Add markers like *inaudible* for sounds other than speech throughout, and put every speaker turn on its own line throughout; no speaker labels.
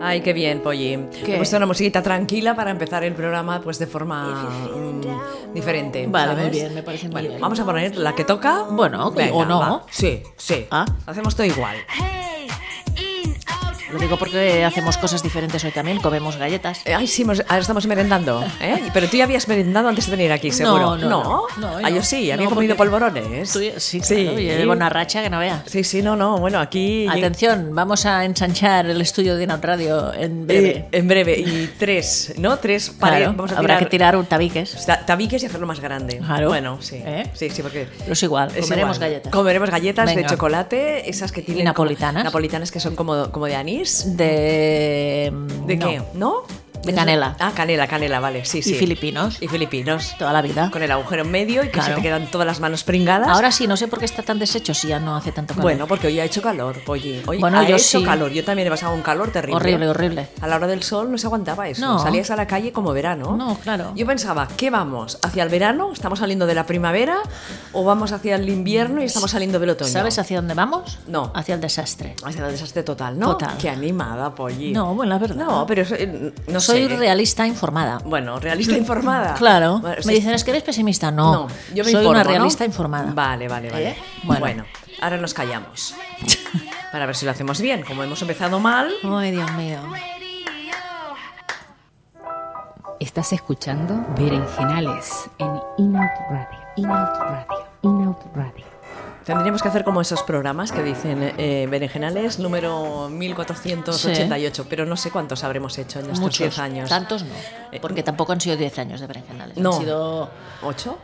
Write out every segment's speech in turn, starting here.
Ay, qué bien, Polly.
¿Qué?
He puesto una musiquita tranquila para empezar el programa pues de forma mm, diferente.
Vale, muy
¿sabes?
bien, me parece muy
Bueno,
bien.
Vamos a poner la que toca.
Bueno,
Venga,
o no.
va. Sí, sí.
Ah.
Hacemos todo igual.
Lo digo porque hacemos cosas diferentes hoy también, comemos galletas.
Eh, Ay, sí, hemos- ahora estamos merendando. ¿eh? Pero tú ya habías merendado antes de venir aquí, seguro.
No, no, no. No,
Ah,
no.
yo sí, había
No,
comido
porque-
polvorones.
Tú- sí, claro, yo llevo una racha que no veas.
Sí, sí, no, no. Bueno, aquí.
Atención, vamos a ensanchar el estudio de Inat Radio en breve.
Eh, en breve. Y tres, ¿no? Tres paredes.
Claro,
Vamos a
habrá que tirar un tabiques.
Ta- Tabiques y hacerlo más grande.
Claro.
Bueno, sí.
¿Eh?
Sí, sí, porque.
Pero es igual,
es
comeremos
igual.
galletas.
Comeremos galletas de
Venga.
chocolate, esas que tienen.
napolitanas?
Napolitanas que son como, como de anís.
de...
¿De
no,
qué? ¿No?
De canela.
Ah, canela, canela, vale. Sí, sí.
Y filipinos.
Y filipinos.
Toda la vida.
Con el agujero en medio y que se
Claro.
te quedan todas las manos pringadas.
Ahora sí, no sé por qué está tan deshecho si ya no hace tanto calor.
Bueno, porque hoy ha hecho calor, Polly. Hoy
Bueno,
ha
yo
hecho
sí.
calor. Yo también he pasado un calor terrible.
horrible, horrible.
A la hora del sol no se aguantaba eso.
No.
Salías a la calle como verano.
No, claro.
Yo pensaba, ¿qué vamos? ¿Hacia el verano? ¿Estamos saliendo de la primavera? ¿O vamos hacia el invierno y estamos saliendo del otoño?
¿Sabes hacia dónde vamos?
No.
Hacia el desastre.
Hacia el desastre total, ¿no?
Total.
Qué animada, Polly.
No, bueno, la verdad.
No, pero eso, eh, no
Soy
sé.
realista informada.
Bueno, realista informada.
Claro.
Bueno,
me
sí,
dicen, es que eres pesimista. No,
no, yo me
soy
informo,
una
¿no?
realista informada.
Vale, vale, vale.
¿Eh?
Bueno.
Bueno.
ahora nos callamos. *laughs* Para ver si lo hacemos bien. Como hemos empezado mal.
Ay, Dios mío.
Estás escuchando Berenjenales en Inout Radio. Inout Radio. Inout Radio.
Tendríamos que hacer como esos programas que dicen eh, berenjenales número 1488, pero no sé cuántos habremos hecho en estos
Muchos
10 años.
Tantos no.
Eh,
Porque tampoco han sido 10 años de berenjenales.
No.
Han sido.
¿Ocho?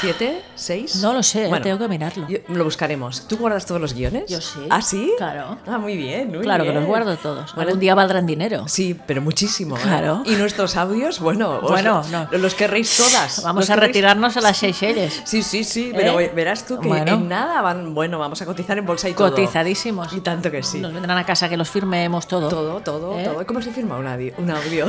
¿Siete? ¿Seis?
No lo sé, eh, tengo que mirarlo.
yo- lo buscaremos. ¿Tú guardas todos los guiones?
Yo sí,
¿Ah, sí?
claro.
Ah, muy bien, muy
Claro que
bien.
los guardo todos.
Bueno,
Algún día valdrán dinero.
Sí, pero muchísimo. ¿eh?
Claro.
Y nuestros audios, bueno, os-
Bueno, no.
los querréis todas.
Vamos
Los
a
querréis-
retirarnos a las Seychelles.
Sí, sí, sí,
¿Eh?
pero verás tú que
Bueno.
en nada van, bueno, vamos a cotizar en bolsa y todo.
Cotizadísimos.
Y tanto que sí.
Nos vendrán a casa que los firmemos todo.
Todo, todo,
¿Eh?
todo. ¿Cómo se firma un audio? Un audio?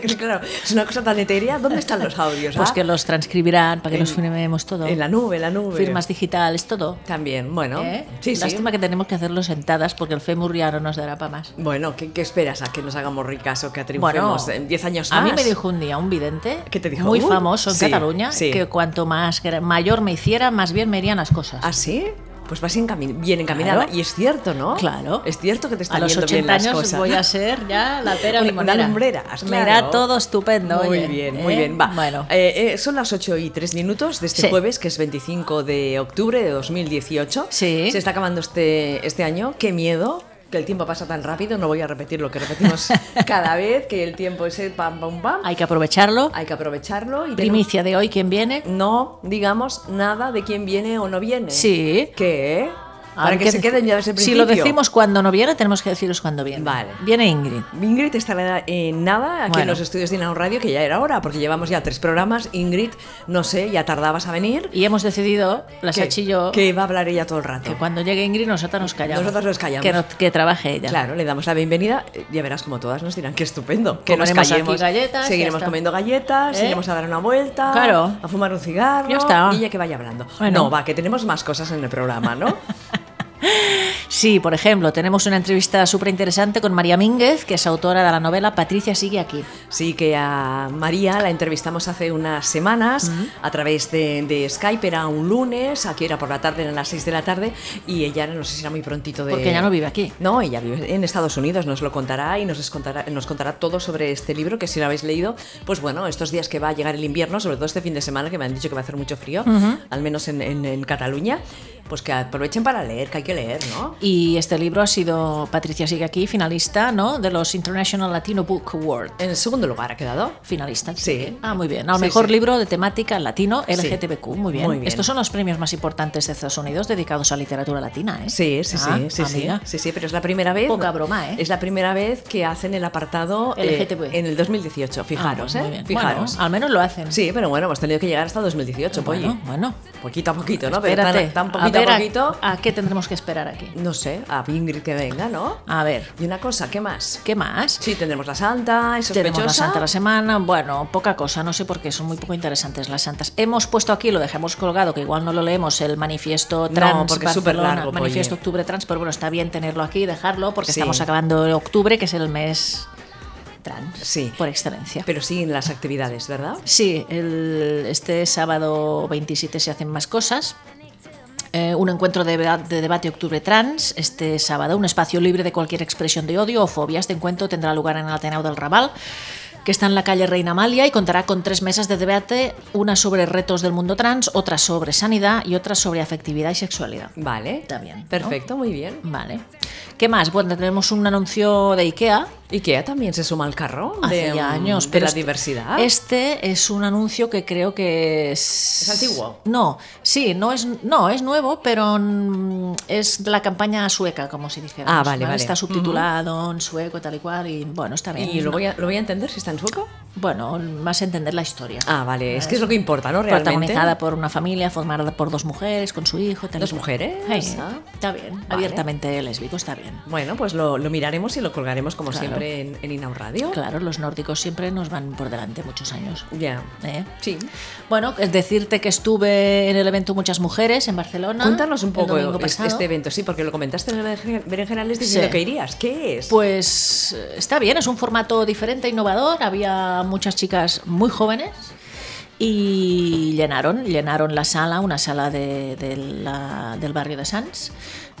*laughs* claro, es una cosa tan etérea. ¿Dónde están los audios?
Pues
ah?
que los transcribirán para que
En-
los firmemos todo.
En la nube, en la nube.
Firmas digitales, todo.
También, bueno.
¿Eh?
Sí, sí.
Lástima que tenemos que hacerlo sentadas porque el fémur ya no nos dará para más.
Bueno, ¿qué, qué esperas? ¿A que nos hagamos ricas o que triunfemos en 10 eh, años más?
A mí me dijo un día un vidente
¿Qué te dijo?
muy
Uh,
famoso en
sí,
Cataluña
sí.
que cuanto más gra- mayor me hiciera, más bien me irían las cosas.
¿Ah, sí? Pues vas encami- bien encaminada.
Claro.
Y es cierto, ¿no?
Claro.
Es cierto que te
a
están
los
yendo
80
bien las
años
cosas.
voy a ser ya
*laughs*
la pera
Una-
limonera.
Una lumbrera,
Me
claro.
irá todo estupendo.
Muy
oye,
bien,
¿eh?
muy bien. Va.
Bueno,
Eh, eh, son las 8 y 3 minutos de este
Sí.
jueves, que es 25 de octubre de 2018.
Sí.
Se está acabando este, este año. Qué miedo. Que el tiempo pasa tan rápido, no voy a repetir lo que
*laughs*
repetimos cada vez, que el tiempo es el pam, pam, pam.
hay que aprovecharlo.
Hay que Eh, aprovecharlo y tenemos-
Primicia de hoy, ¿quién viene?
no digamos nada de quién viene o no viene.
Sí.
¿Qué? Para
Ahora,
que
¿qué
se
dec-
queden ya desde el
Si
principio.
lo decimos cuando no viene, tenemos que deciros cuando viene.
Vale.
Viene Ingrid.
Ingrid estará en nada aquí en
Bueno.
los estudios de Inao Radio, que ya era hora, porque llevamos ya tres programas. Ingrid, no sé, ya tardabas a venir.
Y hemos decidido, la
que,
Sachillo, que,
que va a hablar ella todo el rato.
cuando llegue Ingrid nosotros nos callamos.
Nosotros nos callamos.
Que, nos- que trabaje ella.
Claro, le damos la bienvenida. eh, Ya verás como todas nos dirán que estupendo. Que nos
Comeremos aquí
callemos.
galletas, ya
seguiremos
está.
comiendo galletas,
¿Eh?
seguiremos a dar una vuelta,
Claro.
a fumar un cigarro.
Ya está.
Y ella que vaya hablando.
Bueno.
No, va, que tenemos más cosas en el programa,
*laughs*
¿no?
Sí, por ejemplo, tenemos una entrevista súper interesante con María Mínguez, que es autora de la novela Patricia sigue aquí.
Sí, que a María la entrevistamos hace unas semanas a través de, de Skype, era un lunes, aquí era por la tarde, eran las 6 de la tarde, y ella no sé si era muy prontito de...
Porque ella no vive aquí.
No, ella vive en Estados Unidos, nos lo contará y nos contará, nos contará todo sobre este libro, que si lo habéis leído, pues bueno, estos días que va a llegar el invierno, sobre todo este fin de semana, que me han dicho que va a hacer mucho frío, al menos en, en- en Cataluña, pues que aprovechen para leer, que hay que leer, ¿no?
Y este libro ha sido, Patricia sigue aquí, finalista, ¿no? De los International Latino Book Award.
En el segundo lugar ha quedado.
Finalista.
Sí.
Ah, muy bien. Al
Sí,
mejor
sí.
libro de temática latino
Sí.
LGTBQ. Muy, bien.
Muy bien.
Estos son los premios más importantes de Estados Unidos dedicados a literatura latina, ¿eh?
Sí, sí,
Ah,
sí, sí, sí,
amiga.
sí, sí, pero es la primera vez.
Poca broma, ¿eh?
Es la primera vez que hacen el apartado eh,
LGTB.
en el 2018,
Ah,
fijaros,
pues muy
¿eh?
bien.
Fijaros.
Bueno, al menos lo hacen.
sí, pero bueno, hemos tenido que llegar hasta 2018,
Bueno,
oye.
bueno.
Poquito a poquito, ¿no?
Espérate,
pero tan, tan poquito poquito
ver
a
a-
poquito.
a qué tendremos que esperar aquí.
No sé, a Ingrid que venga, ¿no?
A ver,
Y una cosa, ¿qué más?
¿qué más?
Sí, tendremos la santa, es sospechosa.
Tenemos la Santa la semana, bueno, poca cosa, no sé por qué, son muy poco interesantes las santas. Hemos puesto aquí, lo dejamos colgado, que igual no lo leemos, el manifiesto
No,
trans
porque es
Barcelona,
superlargo, Polly.
manifiesto octubre trans, pero bueno, está bien tenerlo aquí y dejarlo porque
Sí.
estamos acabando octubre, que es el mes trans,
Sí.
por excelencia.
Pero sí, en las actividades, ¿verdad?
Sí, el- este sábado 27 se hacen más cosas. Eh, un encuentro de, deba- de debate Octubre Trans este sábado, un espacio libre de cualquier expresión de odio o fobia. Este encuentro tendrá lugar en el Ateneo del Raval, que está en la calle Reina Amalia y contará con tres mesas de debate, una sobre retos del mundo trans, otra sobre sanidad y otra sobre afectividad y sexualidad.
Vale.
Está bien, ¿no?
Perfecto, muy bien.
Vale. ¿Qué más? Bueno, tenemos un anuncio de IKEA
IKEA también se suma al carro
hace
de,
ya
mm,
años.
de
pero
la
este-
diversidad.
Este es un anuncio que creo que es.
¿Es antiguo?
No, sí, no es, no, es nuevo, pero mm, es de la campaña sueca, como si dijera.
Ah, vale, vale.
Está subtitulado en sueco, tal y cual, y bueno, está bien.
¿Y lo voy, a, lo voy a entender si está en sueco?
Bueno, más entender la historia.
Ah, vale, es que es lo que importa, ¿no? Realmente.
Protagonizada por una familia formada por dos mujeres, con su hijo, tal y
¿Dos
cual.
mujeres?
Sí,
Ah.
está bien.
Vale.
Abiertamente lésbico, está bien.
Bueno, pues lo, lo miraremos y lo colgaremos como
Claro.
siempre en, en Inau Radio.
Claro, los nórdicos siempre nos van por delante muchos años.
Ya.
¿eh?
Sí.
Bueno, es decirte que estuve en el evento Muchas Mujeres en Barcelona.
Cuéntanos un poco
el domingo
es-
pasado.
este evento, sí, porque lo comentaste en el Berenjen- Berenjenales diciendo
Sí.
que irías. ¿Qué es?
Pues eh, está bien, es un formato diferente, innovador. Había muchas chicas muy jóvenes y llenaron, llenaron la sala, una sala de- de la- del barrio de Sants.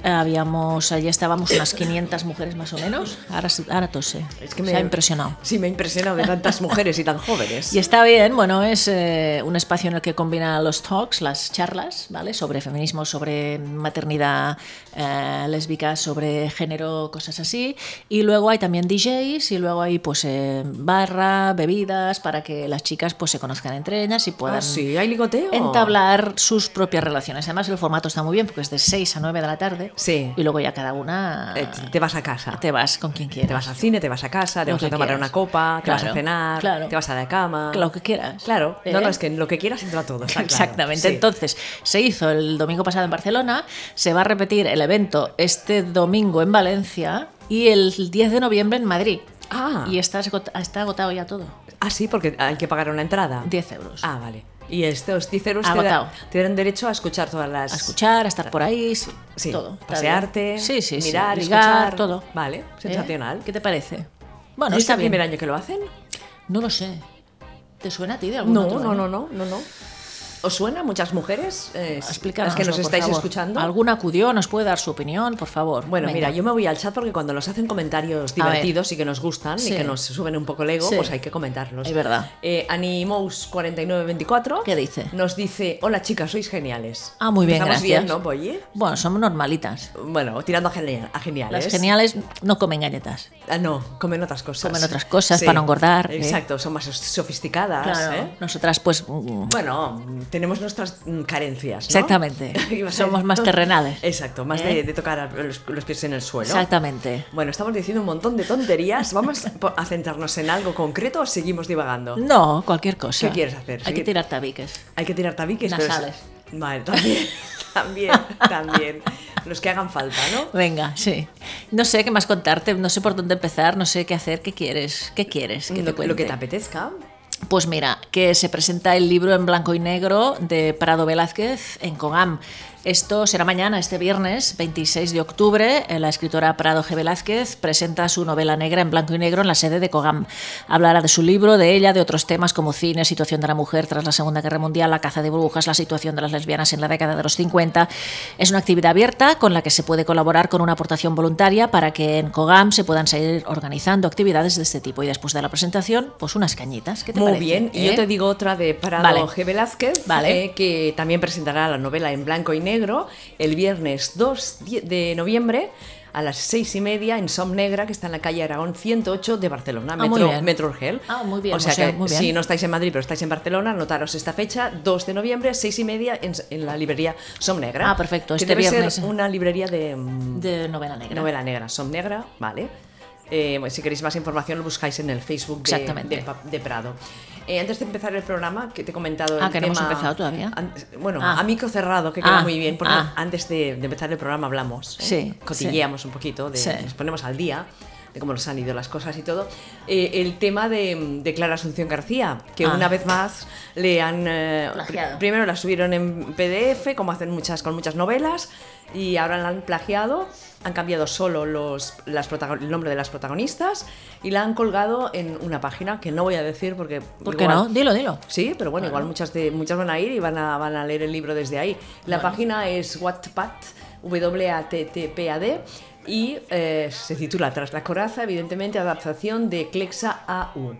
Habíamos, allí estábamos unas 500 mujeres más o menos. Ahora, ahora tose.
es que me
Se ha impresionado.
Sí, me ha impresionado de
*laughs*
tantas mujeres y tan jóvenes.
Y está bien, bueno, es eh, un espacio en el que combina los talks, las charlas, ¿vale? Sobre feminismo, sobre maternidad eh, lésbica, sobre género, cosas así. Y luego hay también DJs y luego hay pues eh, barra, bebidas, para que las chicas pues se conozcan entre ellas y puedan
Ah, sí, hay ligoteo.
entablar sus propias relaciones. Además el formato está muy bien porque es de 6 a 9 de la tarde
Sí.
y luego ya cada una
Eh, te vas a casa.
te vas con quien quieras.
Te vas al cine, te vas a casa, te
Lo
vas
que
a tomar
quieras.
una copa, te vas a
Claro,
cenar,
claro.
te vas a la cama.
Lo que quieras.
Claro, no,
¿Eh?
no, es que lo que quieras entra todo. está claro.
Exactamente.
Sí.
Entonces, se hizo el domingo pasado en Barcelona, se va a repetir el evento este domingo en Valencia y el 10 de noviembre en Madrid.
Ah.
Y está, esgot- está agotado ya todo.
Ah, sí, porque hay que pagar una entrada.
10 euros.
Ah, vale. Y estos 10 euros te,
Agotado.
da- te dan derecho a escuchar todas las.
A escuchar, a estar por ahí, sí,
Sí,
todo. Está
Pasearte,
bien. sí, sí, sí,
mirar,
ligar,
escuchar.
todo.
Vale,
¿Eh?
sensacional.
¿Qué te parece? Bueno,
¿Y ¿Es
está
el
bien.
primer año que lo hacen?
No lo sé. ¿Te suena a ti de algún
No,
otro
no,
año?
no, no, no, no. ¿Os suena a muchas mujeres? Eh, las
Explícanoslo,
que nos
por
estáis
favor.
escuchando.
¿Alguna acudió? ¿Nos puede dar su opinión, por favor?
Bueno,
Venga.
mira, yo me voy al chat porque cuando nos hacen comentarios
A ver.
divertidos y que nos gustan
Sí.
y que nos suben un poco el ego,
Sí.
pues hay que comentarlos.
Es verdad.
Eh, Animous4924
¿Qué dice?
Nos dice, hola chicas, sois geniales.
Ah, muy bien,
Estamos
gracias.
bien, ¿no, Polly?
Bueno, somos normalitas.
Bueno, tirando a, genial, a geniales.
Las geniales no comen galletas.
Ah, no, comen otras cosas.
Comen otras cosas para no engordar, ¿eh?
Exacto, son más sofisticadas. ¿eh?
Nosotras, pues. mm,
Bueno, tenemos nuestras mm, carencias. ¿no? *laughs*
Exactamente.
Ibas a
Somos
decir-
más terrenales.
Exacto, más
¿Eh?
de, de tocar a- los, los pies en el suelo.
Exactamente.
Bueno, estamos diciendo un montón de tonterías. ¿Vamos po- a centrarnos en algo concreto o seguimos divagando?
No, cualquier cosa.
¿Qué quieres hacer?
Hay que
Seguir-
tirar tabiques.
Hay que tirar tabiques. pero es-
Nasales.
Vale, *laughs* también, también, también. Los que hagan falta, ¿no?
Venga, sí. No sé qué más contarte, no sé por dónde empezar, no sé qué hacer, qué quieres, qué quieres. Mm, Que
Lo,
te
lo que te
cuente?
apetezca.
Pues mira, que se presenta el libro en blanco y negro de Prado Velázquez en Cogam. Esto será mañana, este viernes 26 de octubre. Eh, La escritora Prado G. Velázquez presenta su novela negra en blanco y negro en la sede de Cogam. Hablará de su libro, de ella, de otros temas como cine, situación de la mujer tras la Segunda Guerra Mundial, la caza de brujas, la situación de las lesbianas en la década de los 50. Es una actividad abierta con la que se puede colaborar con una aportación voluntaria para que en Cogam se puedan seguir organizando actividades de este tipo. Y después de la presentación, pues unas cañitas. ¿Qué te
Muy
parece,
bien, y
eh?
yo te digo otra de Parado
Vale.
G. Velázquez,
Vale.
eh, que también presentará la novela en blanco y negro el viernes 2 die- de noviembre a las seis y media en Som Negra, que está en la calle Aragón 108 de Barcelona,
Ah, muy
Metro,
bien.
Metro Urgel.
Ah, muy bien,
O sea,
o sea,
que
muy bien.
si no estáis en Madrid pero estáis en Barcelona, anotaros esta fecha, 2 de noviembre, seis y media en, en la librería Som Negra.
Ah, perfecto,
que
este
debe
viernes.
ser una librería de... mm,
de novela negra.
Novela negra, son negra, vale. Eh, bueno, si queréis más información lo buscáis en el Facebook de,
Exactamente.
de Pa- de Prado. Eh, antes de empezar el programa, que te he comentado.
Ah,
el
que no hemos
tema-
empezado todavía.
An- bueno,
Ah.
a micro cerrado, que
Ah,
queda muy bien, porque
ah.
antes de, de empezar el programa hablamos. ¿eh?
Sí,
Cotilleamos un poquito, de-
Sí.
nos ponemos al día de cómo nos han ido las cosas y todo. Eh, el tema de, de Clara Asunción García, que
Ah.
una vez más le han. eh,
Plagiado.
pr- primero la subieron en PDF, como hacen muchas con muchas novelas, y ahora la han plagiado. Han cambiado solo los, las protago- el nombre de las protagonistas y la han colgado en una página que no voy a decir porque.
¿Por qué
igual-
no? Dilo, dilo.
Sí, pero bueno, igual muchas, de, muchas van a ir y van a, van a leer el libro desde ahí. La página es Wattpad, W-A-T-T-P-A-D, y eh, se titula Tras la coraza, evidentemente, adaptación de Clexa AU.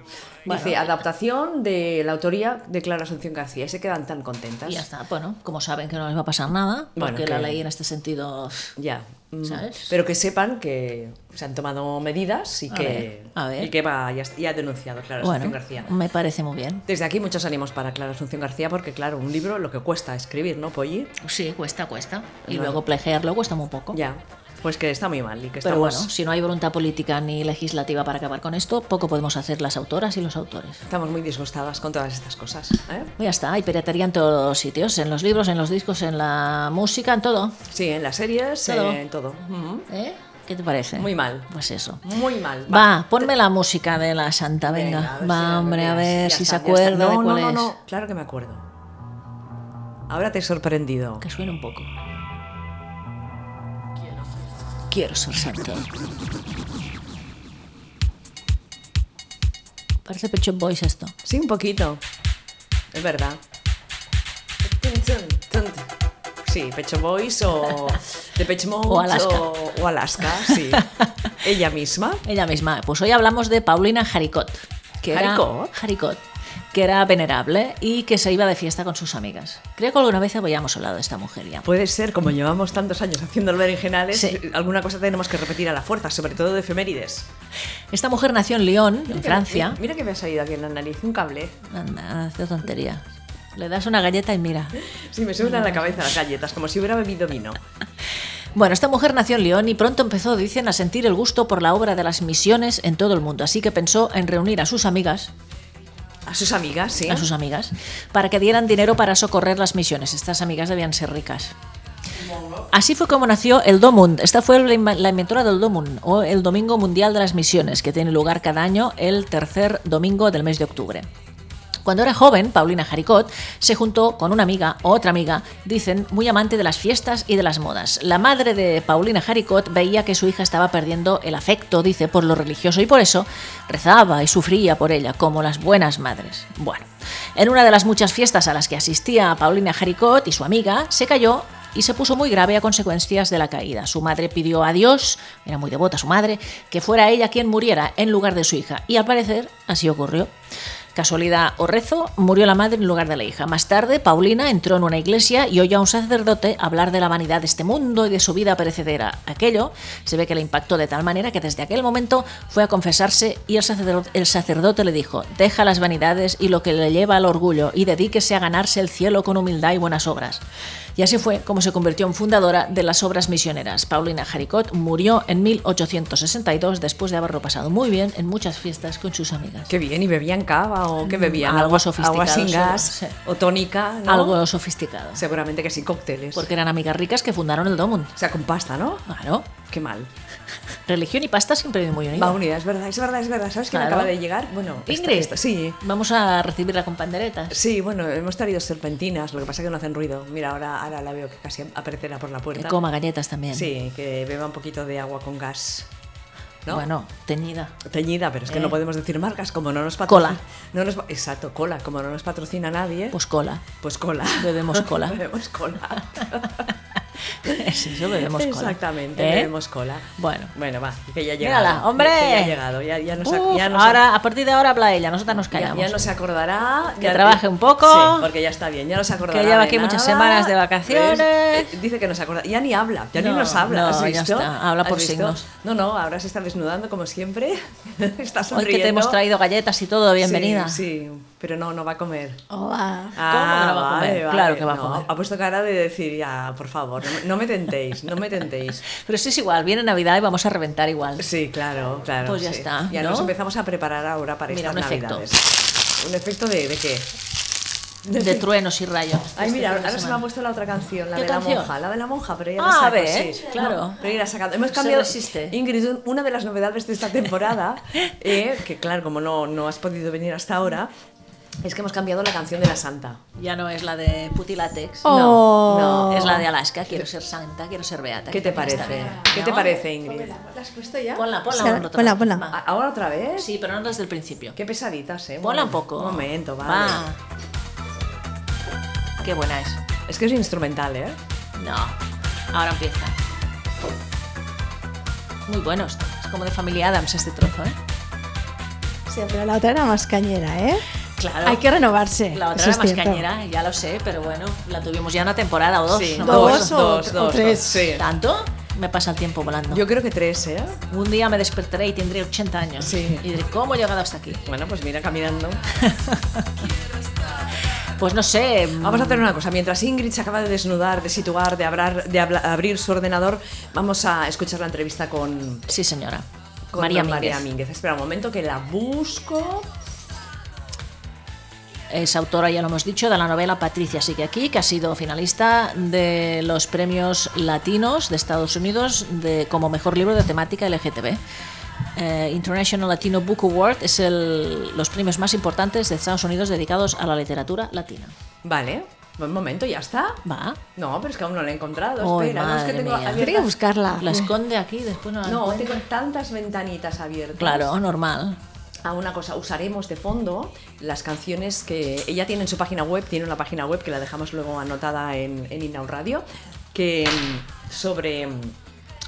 Dice, adaptación de la autoría de Clara Asunción García. Y se quedan tan contentas.
Y ya está. Bueno, como saben que no les va a pasar nada, porque
Bueno, que-
la ley en este sentido.
Ya. mm,
¿Sabes?
Pero que sepan que se han tomado medidas y
A
que,
ver, a ver.
Y que va, ya, ya ha denunciado Clara
Bueno,
Asunción García.
me parece muy bien.
Desde aquí muchos ánimos para Clara Asunción García porque claro, un libro lo que cuesta escribir, ¿no, Polly?
Sí, cuesta, cuesta. Y
Claro.
luego plagiarlo cuesta muy poco.
Ya, pues que está muy mal y que
Pero
estamos,
bueno, si no hay voluntad política ni legislativa para acabar con esto, poco podemos hacer las autoras y los autores. Pues
estamos muy disgustadas con todas estas cosas. ¿eh?
Ya está, hay piratería en todos los sitios, en los libros, en los discos, en la música, en todo.
Sí, en las series,
Todo.
eh, en todo. Ujú.
¿Eh? ¿Qué te parece?
Muy mal.
Pues eso.
Muy mal.
Va, ponme la música de la Santa,
Venga, a
venga.
ver si
va,
la
hombre, a
veas.
ver
Ya
si
está,
se
ya
acuerda
está.
de
No,
cuál
no,
es.
no, no, claro que me acuerdo. Ahora te he sorprendido.
Que suene un poco. Quiero ser santo. Parece Pecho Boys esto.
Sí, un poquito. Es verdad. Sí, Pecho Boys
*laughs*
o The Pecho Mode
O Alaska.
O, o Alaska,
*laughs*
sí. Ella misma.
Ella misma. Pues hoy hablamos de Paulina Jaricot. Que era-
¿Jaricot?
Jaricot, que era venerable y que se iba de fiesta con sus amigas. Creo que alguna vez habíamos hablado de esta mujer ya.
Puede ser, como llevamos tantos años haciendo el berenjenales,
Sí.
alguna cosa tenemos que repetir a la fuerza, sobre todo de efemérides.
Esta mujer nació en Lyon, en Francia.
Mira, que me ha salido aquí en la nariz un cable.
Anda, hace tontería. Le das una galleta y mira.
Sí, me suben a la cabeza las galletas, como si hubiera bebido vino.
Bueno, esta mujer nació en León y pronto empezó, dicen, a sentir el gusto por la obra de las misiones en todo el mundo. Así que pensó en reunir a sus amigas,
A sus amigas, sí.
a sus amigas, para que dieran dinero para socorrer las misiones. Estas amigas debían ser ricas. Así fue como nació el Domund. Esta fue la inma- la inventora del Domund, o el Domingo Mundial de las Misiones, que tiene lugar cada año el tercer domingo del mes de octubre. Cuando era joven, Paulina Jaricot se juntó con una amiga, otra amiga, dicen, muy amante de las fiestas y de las modas. La madre de Paulina Jaricot veía que su hija estaba perdiendo el afecto, dice, por lo religioso y por eso rezaba y sufría por ella, como las buenas madres. Bueno, en una de las muchas fiestas a las que asistía Paulina Jaricot y su amiga, se cayó y se puso muy grave a consecuencias de la caída. Su madre pidió a Dios, era muy devota su madre, que fuera ella quien muriera en lugar de su hija. Y al parecer así ocurrió. Casualidad o rezo, murió la madre en lugar de la hija. Más tarde, Paulina entró en una iglesia y oyó a un sacerdote hablar de la vanidad de este mundo y de su vida perecedera. Aquello se ve que le impactó de tal manera que desde aquel momento fue a confesarse y el sacerdote, el sacerdote le dijo, deja las vanidades y lo que le lleva al orgullo y dedíquese a ganarse el cielo con humildad y buenas obras. Y así fue como se convirtió en fundadora de las obras misioneras. Paulina Jaricot murió en 1862 después de haberlo pasado muy bien en muchas fiestas con sus amigas.
Qué bien, y bebían cava o qué bebían.
Mm, algo
Agua-
sofisticado,
Agua sin
seguro,
gas
sí.
o tónica, ¿no?
Algo sofisticado.
Seguramente que sí, cócteles.
Porque eran amigas ricas que fundaron el Domund.
O sea, con pasta, ¿no?
Claro.
Qué mal.
Religión y pasta siempre vienen muy
Va
unidas.
unida, es verdad, es verdad, es verdad. ¿Sabes quién
Claro.
acaba de llegar? Bueno, esta-
Ingrid.
esta- sí.
Vamos a recibirla con panderetas.
Sí, bueno, hemos traído serpentinas, lo que pasa es que no hacen ruido. Mira, ahora, ahora la veo que casi aparecerá por la
Que
puerta.
coma galletas también.
Sí, que beba un poquito de agua con gas. ¿No?
Bueno, teñida.
Teñida, pero es que
Eh.
no podemos decir marcas, como no nos
Cola.
patrocina. No nos, exacto, cola. Como no nos patrocina nadie, pues,
Pues cola.
cola.
Bebemos cola.
*laughs* bebemos
*laughs*
cola.
Es eso, bebemos cola.
Exactamente,
¿Eh?
bebemos cola.
Bueno.
Bueno, va, que ya ha
Mírala,
llegado.
hombre.
Que ya ha llegado, ya, ya nos ha-
Uf,
ya nos ha-
ahora, a partir de ahora habla ella, nosotras nos
Ya,
callamos.
ya no se acordará.
Que
ya-
trabaje un poco.
Sí, porque ya está bien. Ya no se acordará.
lleva
de
aquí
nada.
muchas semanas de vacaciones.
¿Ves? Eh, Dice que no se acorda. Ya ni habla. Ya
No,
ni nos habla.
no,
¿Has
ya
visto?
está, habla
¿Has
por
visto?
signos.
No, no. Ahora se está desnudando como siempre. *laughs* está
Hoy
sonriendo.
que te hemos traído galletas y todo, bienvenida.
Sí, sí, pero no, no va a comer.
Hola. ¿Cómo
Ah,
que no va a
vale,
comer?
vale,
Claro que va
no,
a comer.
Ha puesto cara de decir, ya, por favor, no, me- no me tentéis, no me tentéis.
Pero sí es igual, viene Navidad y vamos a reventar igual.
Sí, claro, claro.
Pues ya
sí.
está,
Ya
¿no?
nos empezamos a preparar ahora para
Mira,
estas
un efecto.
navidades. un efecto de, de que...
de truenos y rayos.
Ay,
Este
mira,
fin de
ahora se me ha
semana.
puesto la otra canción, la
¿Qué
de
canción?
la monja, la de la monja, pero ya
Ah,
la saco,
¿ves?
sí.
Claro.
No, pero irá sacando. Hemos
Se
cambiado.
resiste.
Ingrid, un- una de las novedades de esta
*laughs*
temporada, eh, que claro, como no, no has podido venir hasta ahora, es que hemos cambiado la canción de la Santa.
Ya no es la de Putilatex.
Oh.
No,
no,
Es la de Alaska, quiero ser santa, quiero ser beata.
¿Qué te
quiero estar
parece?
bien,
¿Qué
¿no?
te parece, Ingrid?
¿La has puesto ya?
Ponla, ponla.
Será-
un rato
ponla,
más.
ponla.
Va.
¿A- ¿Ahora otra vez?
Sí, pero no desde el principio.
Qué pesaditas, eh.
Mola un poco.
Un momento, vale.
Va. Qué buena es.
Es que es instrumental, eh.
No. Ahora empieza. Muy bueno esto. Es como de familia Adams este trozo, ¿eh?
Sí, pero la otra era más cañera, ¿eh?
Claro.
Hay que renovarse.
La otra
eso
era
es
más
cierto.
cañera, ya lo sé, pero bueno, la tuvimos ya una temporada o dos.
Sí,
no me acuerdo.
dos,
Dos
dos,
o-
dos,
o
dos,
tres.
sí.
¿Tanto? Me pasa el tiempo volando.
Yo creo que tres, eh.
Un día me despertaré y tendré 80 años.
Sí.
Y diré, ¿cómo he llegado hasta aquí?
Bueno, pues mira, caminando.
Pues no sé. mm,
Vamos a hacer una cosa. Mientras Ingrid se acaba de desnudar, de situar, de, hablar, de habla- abrir su ordenador, vamos a escuchar la entrevista con,
Sí, señora.
con
María
don
Mínguez.
Espera un momento que la busco.
Es autora, ya lo hemos dicho, de la novela Patricia sigue aquí, que ha sido finalista de los premios latinos de Estados Unidos de, como mejor libro de temática LGTB. Eh, International Latino Book Award es el- los premios más importantes de Estados Unidos dedicados a la literatura latina.
Vale, buen momento, ya está.
Va.
No, pero es que aún no la he encontrado.
Ay,
Espera, no, es que
madre
tengo
mía.
abiertas-
Tendría que buscarla.
La esconde aquí, después no la
No,
encuentra.
tengo tantas ventanitas abiertas.
Claro, normal.
a una cosa, usaremos de fondo las canciones que ella tiene en su página web, tiene una página web que la dejamos luego anotada en, en Inaud Radio, que mm, sobre, mm,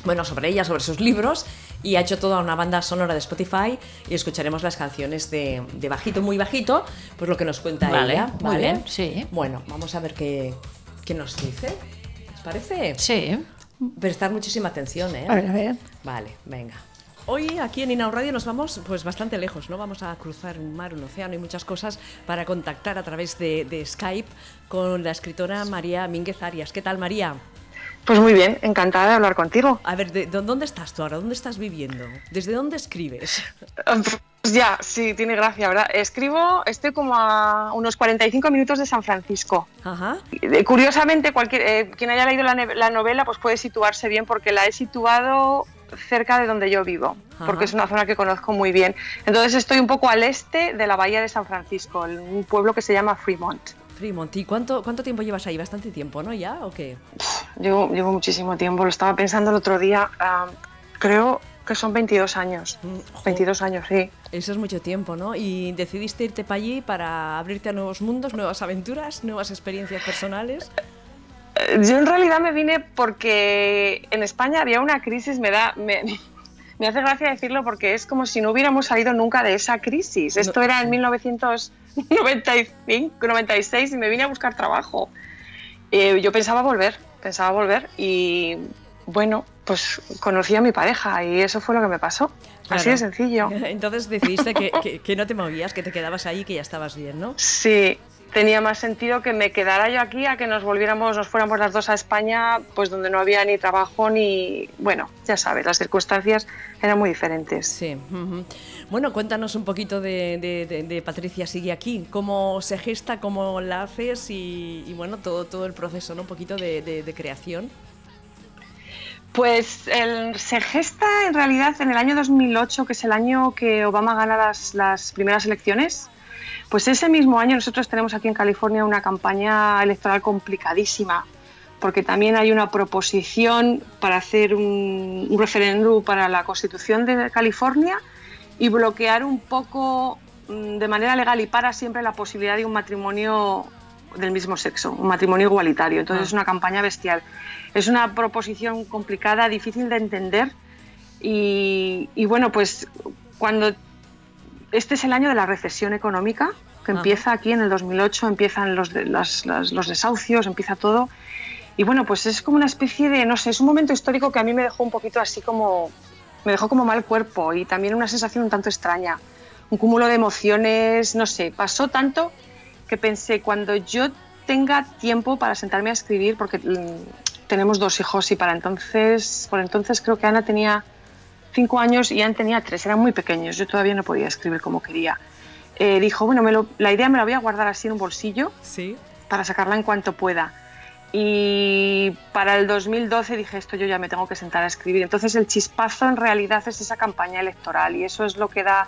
bueno, sobre ella, sobre sus libros, y ha hecho toda una banda sonora de Spotify y escucharemos las canciones de, de bajito, muy bajito, pues lo que nos cuenta
Vale,
ella.
muy bien, sí.
Bueno, vamos a ver qué, qué nos dice, ¿os parece?
Sí.
Prestar muchísima atención, ¿eh?
A ver, a ver.
Vale, venga. Hoy aquí en Inau Radio nos vamos pues bastante lejos, ¿no? Vamos a cruzar un mar, un océano y muchas cosas para contactar a través de, de Skype con la escritora María Mínguez Arias. ¿Qué tal, María?
Pues muy bien, encantada de hablar contigo.
A ver, ¿de- dó- ¿dónde estás tú ahora? ¿Dónde estás viviendo? ¿Desde dónde escribes?
Pues ya, sí, tiene gracia, ¿verdad? Escribo, estoy como a unos 45 minutos de San Francisco.
Ajá.
Eh, Curiosamente, cualquier, eh, quien haya leído la, ne- la novela pues puede situarse bien porque la he situado cerca de donde yo vivo,
Ajá.
porque es una zona que conozco muy bien. Entonces estoy un poco al este de la bahía de San Francisco, en un pueblo que se llama Fremont.
Fremont, ¿y cuánto, cuánto tiempo llevas ahí? ¿Bastante tiempo, no? ¿Ya o qué?
Llevo, llevo muchísimo tiempo, lo estaba pensando el otro día, ah, creo que son 22 años,
Mm, jo.
22 años, sí.
Eso es mucho tiempo, ¿no? Y decidiste irte para allí para abrirte a nuevos mundos, nuevas aventuras, nuevas experiencias personales.
Yo en realidad me vine porque en España había una crisis, me da... Me, *laughs* me hace gracia decirlo porque es como si no hubiéramos salido nunca de esa crisis. Esto era en 1995, 96 y me vine a buscar trabajo. Eh, yo pensaba volver, pensaba volver y bueno, pues conocí a mi pareja y eso fue lo que me pasó. Así
Claro.
de *laughs* sencillo.
Entonces decidiste que, que- que no te movías, que te quedabas ahí, que ya estabas bien, ¿no?
Sí, tenía más sentido que me quedara yo aquí a que nos volviéramos, nos fuéramos las dos a España, pues donde no había ni trabajo ni. Bueno, ya sabes, las circunstancias eran muy diferentes.
Sí. ujú. Bueno, cuéntanos un poquito de, de- de- de Patricia Sigue Aquí, cómo se gesta, cómo la haces y, y, bueno, todo, todo el proceso, ¿no? Un poquito de, de- de creación.
Pues el- se gesta en realidad en el año 2008, que es el año que Obama gana las, las primeras elecciones. Pues ese mismo año nosotros tenemos aquí en California una campaña electoral complicadísima, porque también hay una proposición para hacer un, un referéndum para la Constitución de California y bloquear un poco mm, de manera legal y para siempre la posibilidad de un matrimonio del mismo sexo, un matrimonio igualitario. Entonces
Ah.
es una campaña bestial. Es una proposición complicada, difícil de entender y, y bueno, pues cuando este es el año de la recesión económica, que
Ajá.
empieza aquí en el 2008, empiezan los, de- las- las- los desahucios, empieza todo. Y bueno, pues es como una especie de, no sé, es un momento histórico que a mí me dejó un poquito así como, me dejó como mal cuerpo y también una sensación un tanto extraña, un cúmulo de emociones, no sé, pasó tanto que pensé, cuando yo tenga tiempo para sentarme a escribir, porque mm, tenemos dos hijos y para entonces, por entonces creo que Ana tenía cinco años y Ian tenía tres, eran muy pequeños, yo todavía no podía escribir como quería. eh, dijo, bueno, me lo- la idea me la voy a guardar así en un bolsillo
Sí.
para sacarla en cuanto pueda. Y para el 2012 dije, esto yo ya me tengo que sentar a escribir. Entonces el chispazo en realidad es esa campaña electoral y eso es lo que da,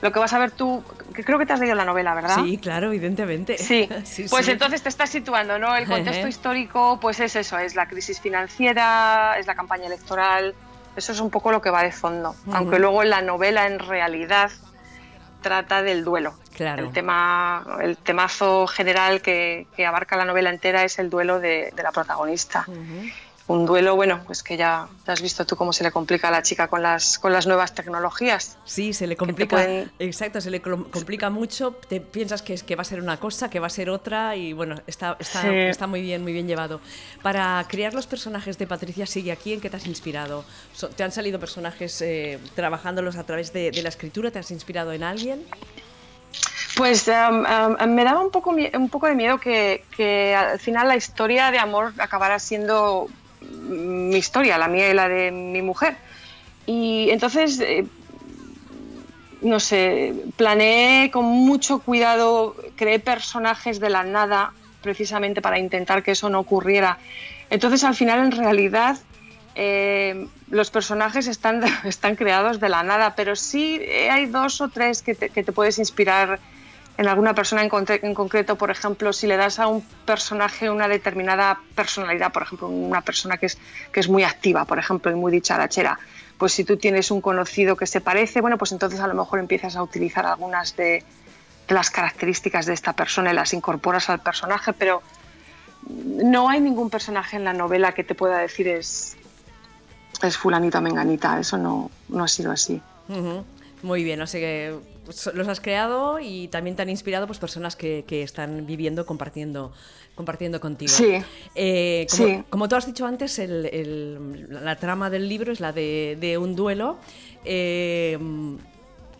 lo que vas a ver tú, que creo que te has leído la novela, ¿verdad?
Sí, claro, evidentemente.
Sí.
*laughs* Sí,
pues
sí.
entonces te estás situando, ¿no? El contexto
Ejé.
histórico, pues es eso, es la crisis financiera, es la campaña electoral, eso es un poco lo que va de fondo, aunque luego la novela en realidad trata del duelo.
Claro.
El tema, el temazo general que, que abarca la novela entera es el duelo de, de la protagonista. Un duelo, bueno, pues que ya ya has visto tú cómo se le complica a la chica con las, con las nuevas tecnologías.
Sí, se le
te
complica.
pueden-
Exacto, se le com- complica mucho. Te piensas que, es, que va a ser una cosa, que va a ser otra, y bueno, está, está,
Sí.
está muy bien, muy bien llevado. Para crear los personajes de Patricia Sigue aquí, ¿en qué te has inspirado? So- ¿Te han salido personajes eh, trabajándolos a través de, de la escritura? ¿Te has inspirado en alguien?
Pues um, um, me daba un poco, mie- un poco de miedo que, que al final la historia de amor acabara siendo mm, mi historia, la mía y la de mi mujer. Y entonces, eh, no sé, planeé con mucho cuidado, creé personajes de la nada precisamente para intentar que eso no ocurriera. Entonces al final en realidad eh, los personajes están, *laughs* están creados de la nada, pero sí eh, hay dos o tres que te, que te puedes inspirar en alguna persona en, conte- en concreto. Por ejemplo, si le das a un personaje una determinada personalidad, por ejemplo, una persona que es, que es muy activa, por ejemplo, y muy dicharachera, pues si tú tienes un conocido que se parece, bueno, pues entonces a lo mejor empiezas a utilizar algunas de, de las características de esta persona y las incorporas al personaje, pero no hay ningún personaje en la novela que te pueda decir es, es fulanita o menganita, eso no, no ha sido así.
Ujú. Muy bien, o sea que so- los has creado y también te han inspirado pues, personas que, que están viviendo, compartiendo, compartiendo contigo.
Sí.
Eh, como,
Sí.
como tú has dicho antes, el- el- la trama del libro es la de, de un duelo. Eh,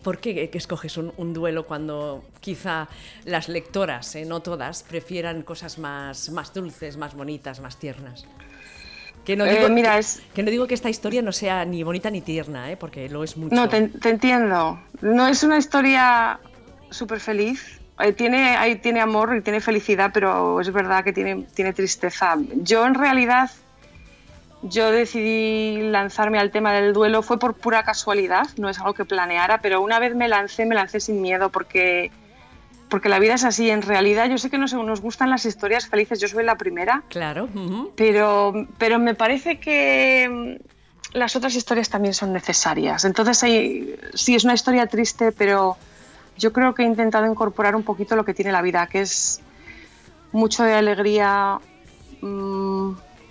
¿Por qué que escoges un, un duelo cuando quizá las lectoras, eh, no todas, prefieran cosas más, más dulces, más bonitas, más tiernas? Que no,
Eh,
digo,
mira,
que-
es-
que no digo que esta historia no sea ni bonita ni tierna, eh, porque lo es mucho.
No, te, te entiendo. No es una historia súper feliz. Eh, tiene, ahí tiene amor y tiene felicidad, pero es verdad que tiene, tiene tristeza. Yo en realidad, yo decidí lanzarme al tema del duelo, fue por pura casualidad, no es algo que planeara, pero una vez me lancé, me lancé sin miedo porque, porque la vida es así. En realidad yo sé que nos, nos gustan las historias felices, yo soy la primera,
Claro. ujú.
pero, pero me parece que mm, las otras historias también son necesarias. Entonces, hay- sí, es una historia triste, pero yo creo que he intentado incorporar un poquito lo que tiene la vida, que es mucho de alegría, mm,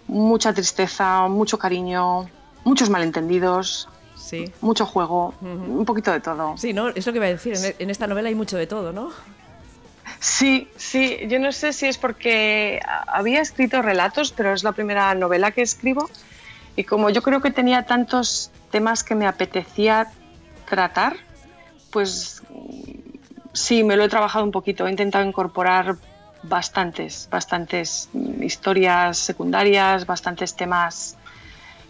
mucha tristeza, mucho cariño, muchos malentendidos,
Sí.
mucho juego, un poquito de todo.
Sí, ¿no? es lo que iba a decir. En, en esta novela hay mucho de todo, ¿no?
Sí, sí, yo no sé si es porque a- había escrito relatos, pero es la primera novela que escribo y como yo creo que tenía tantos temas que me apetecía tratar, pues mm, sí, me lo he trabajado un poquito, he intentado incorporar bastantes, bastantes mm, historias secundarias, bastantes temas.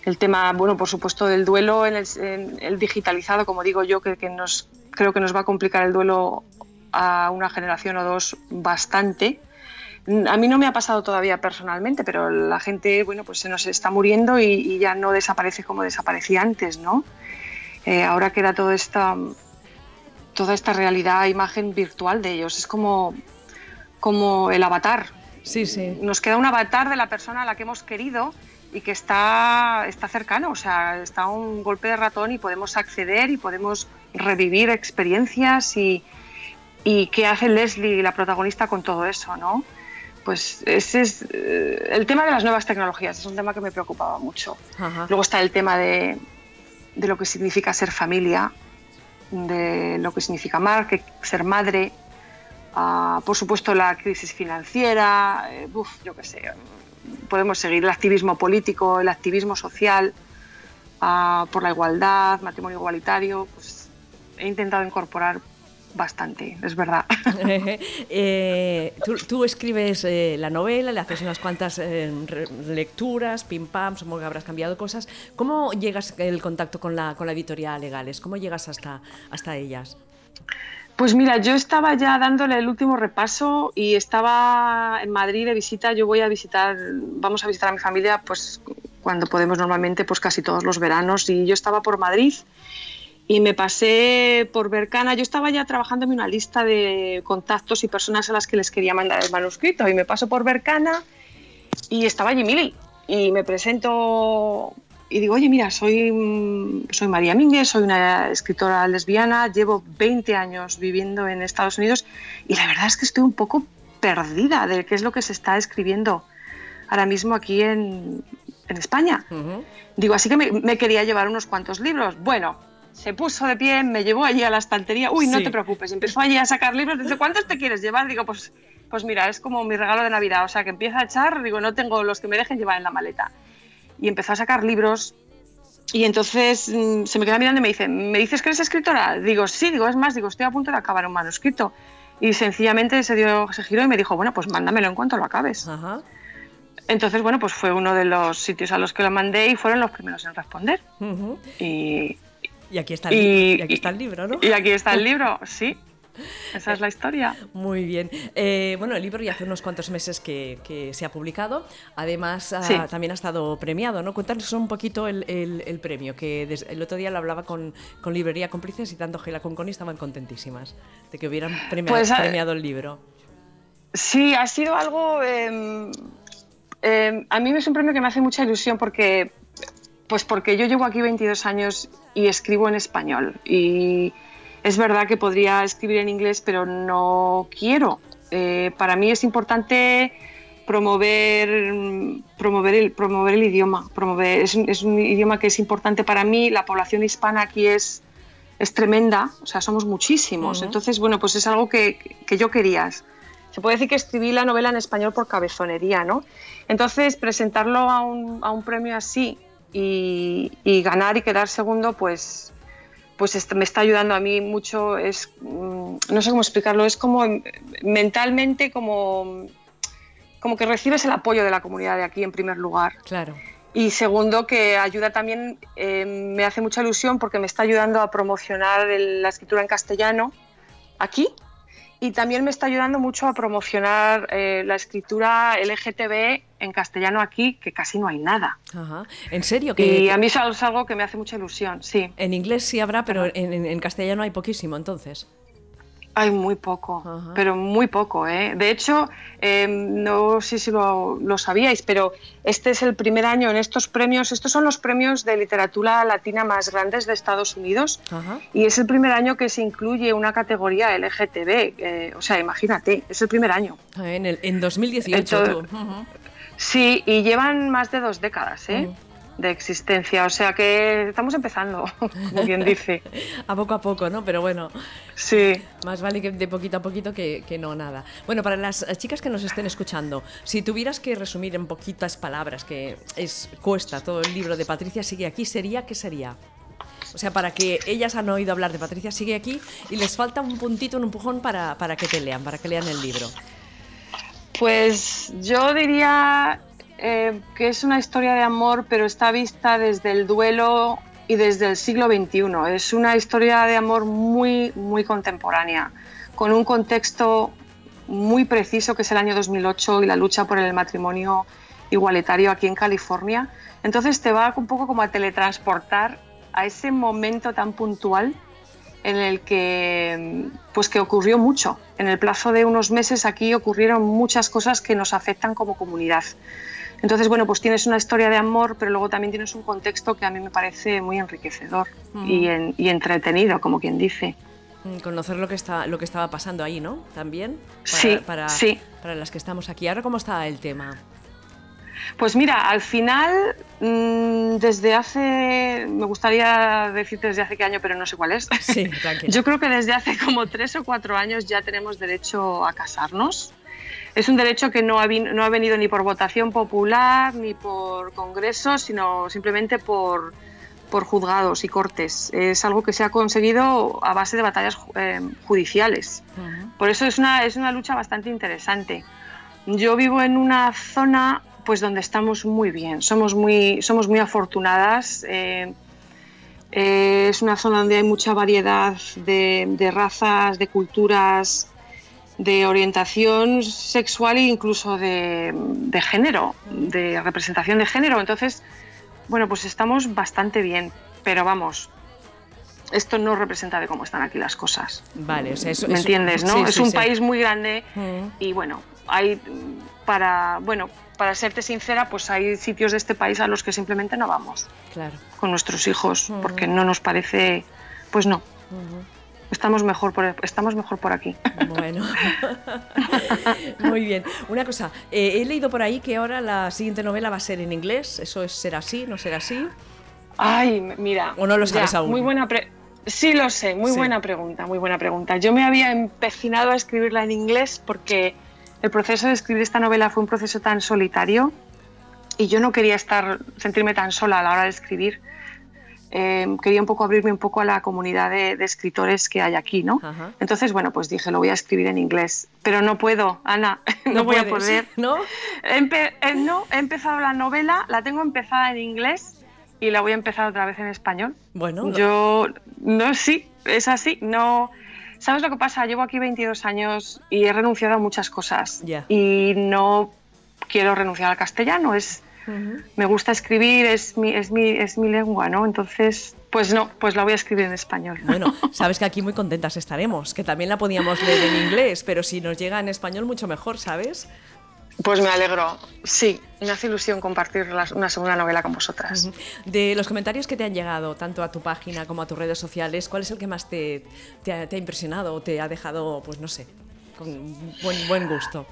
El tema, bueno, por supuesto, del duelo en el, en el digitalizado, como digo yo, que, que nos, creo que nos va a complicar el duelo a una generación o dos bastante. Mm, A mí no me ha pasado todavía personalmente, pero la gente, bueno, pues se nos está muriendo y, y ya no desaparece como desaparecía antes, ¿no? Eh, ahora queda toda esta, toda esta realidad, imagen virtual de ellos. Es como, como el avatar.
Sí, sí.
Nos queda un avatar de la persona a la que hemos querido y que está, está cercano, o sea, está a un golpe de ratón y podemos acceder y podemos revivir experiencias y, y qué hace Leslie, la protagonista, con todo eso, ¿no? Pues ese es eh, el tema de las nuevas tecnologías, es un tema que me preocupaba mucho.
Ajá. *laughs*
Luego está el tema de, de lo que significa ser familia, de lo que significa amar, que ser madre, ah, por supuesto la crisis financiera, eh, uf, yo qué sé, podemos seguir el activismo político, el activismo social, ah, por la igualdad, matrimonio igualitario, pues he intentado incorporar bastante, es verdad.
Eh, tú, tú escribes eh, la novela, le haces unas cuantas eh, re- lecturas, pim pam, supongo que habrás cambiado cosas. ¿Cómo llegas el contacto con la, con la editorial Legales? ¿Cómo llegas hasta, hasta ellas?
Pues mira, yo estaba ya dándole el último repaso y estaba en Madrid de visita. Yo voy a visitar, vamos a visitar a mi familia, pues cuando podemos normalmente, pues casi todos los veranos. Y yo estaba por Madrid y me pasé por Bercana. Yo estaba ya trabajándome una lista de contactos y personas a las que les quería mandar el manuscrito. Y me paso por Bercana y estaba allí Mili. Y me presento y digo, oye, mira, soy, mm, soy María Mínguez, soy una escritora lesbiana, llevo 20 años viviendo en Estados Unidos y la verdad es que estoy un poco perdida de qué es lo que se está escribiendo ahora mismo aquí en, en España.
Ujú.
Digo, así que me, me quería llevar unos cuantos libros. Bueno, se puso de pie, me llevó allí a la estantería. Uy, no
Sí.
te preocupes, empezó allí a sacar libros. Dice, ¿cuántos te quieres llevar? Digo, pues, pues mira, es como mi regalo de Navidad. O sea, que empieza a echar, digo, no tengo los que me dejen llevar en la maleta. Y empezó a sacar libros. Y entonces mm, se me queda mirando y me dice, ¿me dices que eres escritora? Digo, sí, digo, es más, digo, estoy a punto de acabar un manuscrito. Y sencillamente se, dio, se giró y me dijo, bueno, pues mándamelo en cuanto lo acabes.
Ajá.
Entonces, bueno, pues fue uno de los sitios a los que lo mandé y fueron los primeros en responder.
Ujú.
Y,
Y aquí está el,
Y-
libro, y aquí
y-
está el libro, ¿no?
y aquí está el libro, sí. Esa es la historia.
Muy bien. Eh, bueno, el libro ya hace unos cuantos meses que, que se ha publicado. Además, ah,
Sí.
también ha estado premiado, ¿no? Cuéntanos un poquito el, el- el premio, que des- el otro día lo hablaba con, con Librería Cómplices y tanto Gela Conconi estaban contentísimas de que hubieran premia-
Pues, ah,
premiado el libro.
Sí, ha sido algo. eh, eh, a mí es un premio que me hace mucha ilusión porque, pues porque yo llevo aquí 22 años y escribo en español. Y es verdad que podría escribir en inglés, pero no quiero. Eh, para mí es importante promover, mm, promover, el, promover el idioma. Promover, es, un- es un idioma que es importante para mí. La población hispana aquí es, es tremenda, o sea, somos muchísimos.
Ujú.
Entonces, bueno, pues es algo que, que yo quería. Se puede decir que escribí la novela en español por cabezonería, ¿no? Entonces, presentarlo a un, a un premio así y, y ganar y quedar segundo, pues, pues est- me está ayudando a mí mucho. Es, mm, no sé cómo explicarlo, es como em, mentalmente como, como que recibes el apoyo de la comunidad de aquí en primer lugar.
Claro.
Y segundo, que ayuda también, eh, me hace mucha ilusión porque me está ayudando a promocionar el- la escritura en castellano aquí y también me está ayudando mucho a promocionar eh, la escritura LGTB en castellano aquí, que casi no hay nada.
Ajá. En serio, que
Y a mí eso es algo que me hace mucha ilusión, sí.
en inglés sí habrá, pero en, en- en castellano hay poquísimo, entonces.
Hay muy poco,
Ajá.
pero muy poco. ¿eh? De hecho, eh, no sé si lo, lo sabíais, pero este es el primer año en estos premios. Estos son los premios de literatura latina más grandes de Estados Unidos.
Ajá.
Y es el primer año que se incluye una categoría LGTB. eh, o sea, imagínate, es el primer año.
Ah, En, el, en 2018.
Entonces-
tú. *laughs* Ujú.
Sí, y llevan más de dos décadas ¿eh? de existencia. O sea que estamos empezando, *laughs* como bien dice.
A poco a poco, ¿no? Pero bueno,
Sí.
Más vale que de poquito a poquito que, que no nada. Bueno, para las eh, chicas que nos estén escuchando, si tuvieras que resumir en poquitas palabras, que es cuesta todo el libro de Patricia Sigue aquí, sería ¿qué sería? O sea, para que ellas han oído hablar de Patricia Sigue aquí y les falta un puntito, un empujón para, para que te lean, para que lean el libro.
Pues yo diría eh, que es una historia de amor, pero está vista desde el duelo y desde el siglo XXI. Es una historia de amor muy, muy contemporánea, con un contexto muy preciso que es el año 2008 y la lucha por el matrimonio igualitario aquí en California. Entonces te va un poco como a teletransportar a ese momento tan puntual en el que pues que ocurrió mucho. En el plazo de unos meses aquí ocurrieron muchas cosas que nos afectan como comunidad. Entonces, bueno, pues tienes una historia de amor, pero luego también tienes un contexto que a mí me parece muy enriquecedor y, en- y entretenido, como quien dice.
Mm, Conocer lo que, está, lo que estaba pasando ahí, ¿no? También.
Sí,
para,
sí.
Para las que estamos aquí. Ahora, ¿cómo está el
*laughs*
tema?
Pues mira, al final, mm, desde hace, me gustaría decirte desde hace qué año, pero no sé cuál es.
Sí, tranquila.
Yo creo que desde hace como tres o cuatro años ya tenemos derecho a casarnos. Es un derecho que no ha, vin- no ha venido ni por votación popular, ni por congresos, sino simplemente por, por juzgados y cortes. Es algo que se ha conseguido a base de batallas ju- eh, judiciales.
Ujú.
Por eso es una, es una lucha bastante interesante. Yo vivo en una zona pues donde estamos muy bien, somos muy, somos muy afortunadas. eh, Eh, es una zona donde hay mucha variedad de, de razas, de culturas, de orientación sexual e incluso de, de género, de representación de género. Entonces, bueno, pues estamos bastante bien, pero vamos, esto no representa de cómo están aquí las cosas.
Vale, o sea, es,
¿Me
es-
entiendes, no?
sí,
es
sí,
un
sí.
país muy grande
Mm.
y bueno, hay mm, para, bueno, para serte sincera, pues hay sitios de este país a los que simplemente no vamos
Claro.
con nuestros hijos porque no nos parece, pues no. Estamos mejor por estamos mejor por aquí.
Bueno, *laughs* muy bien. Una cosa, eh, he leído por ahí que ahora la siguiente novela va a ser en inglés. ¿Eso es, será así? ¿No será así?
Ay, m- mira.
¿O no lo sabes aún?
Muy buena pre- sí, lo sé, muy
Sí.
buena pregunta, muy buena pregunta. Yo me había empecinado a escribirla en inglés porque el proceso de escribir esta novela fue un proceso tan solitario y yo no quería estar, sentirme tan sola a la hora de escribir. Eh, quería un poco abrirme un poco a la comunidad de, de escritores que hay aquí, ¿no?
Ajá.
Entonces, bueno, pues dije, lo voy a escribir en inglés, pero no puedo, Ana, *laughs* no, voy a
puedes,
poder.
¿No?
Empe- eh, no, he empezado la novela, la tengo empezada en inglés y la voy a empezar otra vez en español.
Bueno,
Yo, no, sí, es así, no... ¿Sabes lo que pasa? Llevo aquí 22 años y he renunciado a muchas cosas.
Ya.
Y no quiero renunciar al castellano, es...
Ujú.
Me gusta escribir, es mi, es, mi, es mi lengua, ¿no? Entonces, pues no, pues la voy a escribir en español.
Bueno, sabes que aquí muy contentas estaremos, que también la podíamos leer en inglés, pero si nos llega en español mucho mejor, ¿sabes?
Pues me alegro, sí, me hace ilusión compartir las- una segunda novela con vosotras.
De los comentarios que te han llegado, tanto a tu página como a tus redes sociales, ¿cuál es el que más te, te ha, te ha impresionado o te ha dejado, pues no sé, con buen, buen gusto?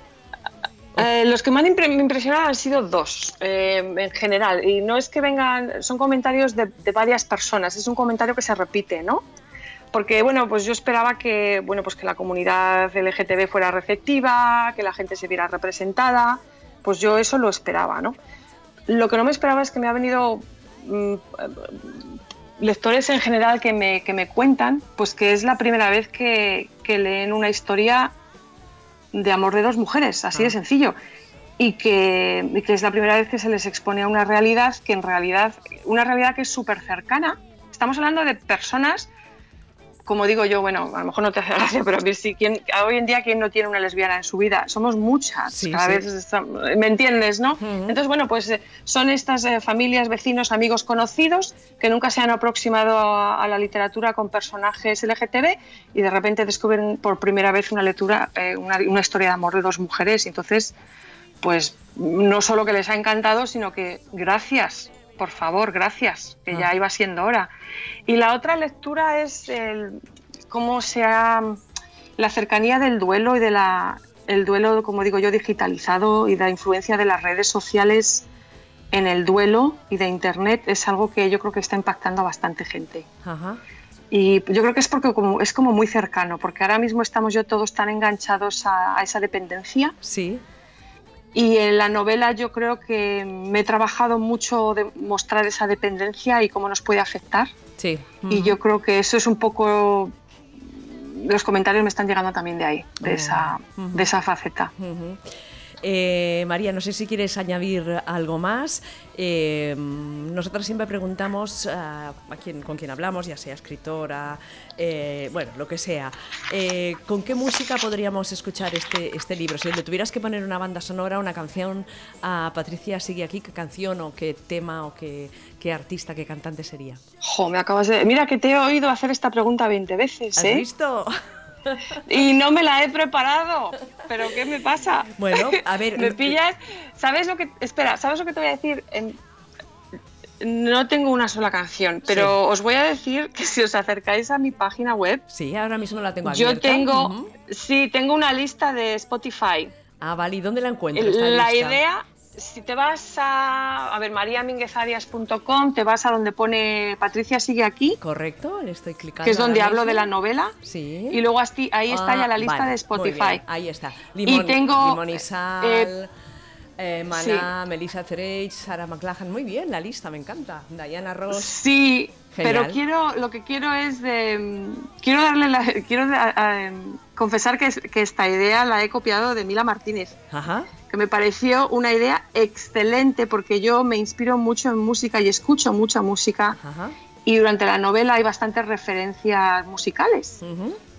Eh, los que me han impre- impresionado han sido dos, eh, en general. Y no es que vengan, son comentarios de, de varias personas, es un comentario que se repite, ¿no? Porque, bueno, pues yo esperaba que, bueno, pues que la comunidad LGTB fuera receptiva, que la gente se viera representada, pues yo eso lo esperaba, ¿no? Lo que no me esperaba es que me ha venido mm, lectores en general que me, que me cuentan, pues que es la primera vez que, que leen una historia de amor de dos mujeres,
Ah.
así de sencillo. Y que, y que es la primera vez que se les expone a una realidad que en realidad, una realidad que es súper cercana. Estamos hablando de personas, como digo yo, bueno, a lo mejor no te hace gracia, pero a mí sí, ¿quién- hoy en día, ¿quién no tiene una lesbiana en su vida? Somos muchas,
Sí,
cada
sí.
vez estamos- pues, ¿me entiendes, no?
Ujú.
Entonces, bueno, pues eh, son estas eh, familias, vecinos, amigos conocidos que nunca se han aproximado a, a la literatura con personajes LGTB y de repente descubren por primera vez una lectura, eh, una, una historia de amor de dos mujeres. Y entonces, pues no solo que les ha encantado, sino que gracias, por favor, gracias, que ya iba siendo hora. Y la otra lectura es el- cómo se ha la cercanía del duelo y de la el duelo, como digo yo, digitalizado y de la influencia de las redes sociales en el duelo y de internet es algo que yo creo que está impactando a bastante gente.
Ajá.
Y yo creo que es porque como, es como muy cercano, porque ahora mismo estamos yo todos tan enganchados a, a esa dependencia
Sí,
y en la novela yo creo que me he trabajado mucho de mostrar esa dependencia y cómo nos puede afectar.
sí.
Y
Ujú.
yo creo que eso es un poco. Los comentarios me están llegando también de ahí, de,
Ujú.
esa, de esa faceta.
Ujú. Eh, María, no sé si quieres añadir algo más. Eh, nosotras siempre preguntamos ah, a quien, con quién hablamos, ya sea escritora, eh, bueno, lo que sea. Eh, ¿Con qué música podríamos escuchar este, este libro? Si le tuvieras que poner una banda sonora, una canción a Patricia Sigue aquí, ¿qué canción o qué tema o qué, qué artista, qué cantante sería?
Jo, me acabas de. Mira que te he oído hacer esta pregunta 20 veces,
¿Has
¿eh?
visto? *laughs*
Y no me la he preparado. ¿Pero qué me pasa?
Bueno, a ver,
*laughs* me pillas. ¿Sabes lo que.? Espera, ¿sabes lo que te voy a decir? En- No tengo una sola canción, pero
Sí.
os voy a decir que si os acercáis a mi página web,
Sí, ahora mismo la tengo abierta.
yo tengo.
Ujú.
Sí, tengo una lista de Spotify.
Ah, vale, ¿y dónde la encuentro? esta
La
lista?
idea, si te vas a, a ver, mariaminguezarias.com, te vas a donde pone Patricia sigue aquí,
Correcto, le estoy clicando.
que es donde
ahora
hablo de
mismo.
la novela,
Sí.
y luego hasti- ahí está
Ah,
ya la lista
vale,
de
muy
Spotify.
bien, Ahí está. Limón,
Y tengo,
Limón y sal.
eh,
eh, Maná, Melissa Threich, Sarah McLachlan. Muy bien, la lista, me encanta. Diana Ross.
Sí,
pues, Genial.
pero quiero, lo que quiero es de, mm, quiero darle, la, *laughs* quiero de- a- a, em, confesar que, es- que esta idea la he copiado de Mila Martínez.
Ajá.
que me pareció una idea excelente porque yo me inspiro mucho en música y escucho mucha música
Ajá.
y durante la novela hay bastantes referencias musicales.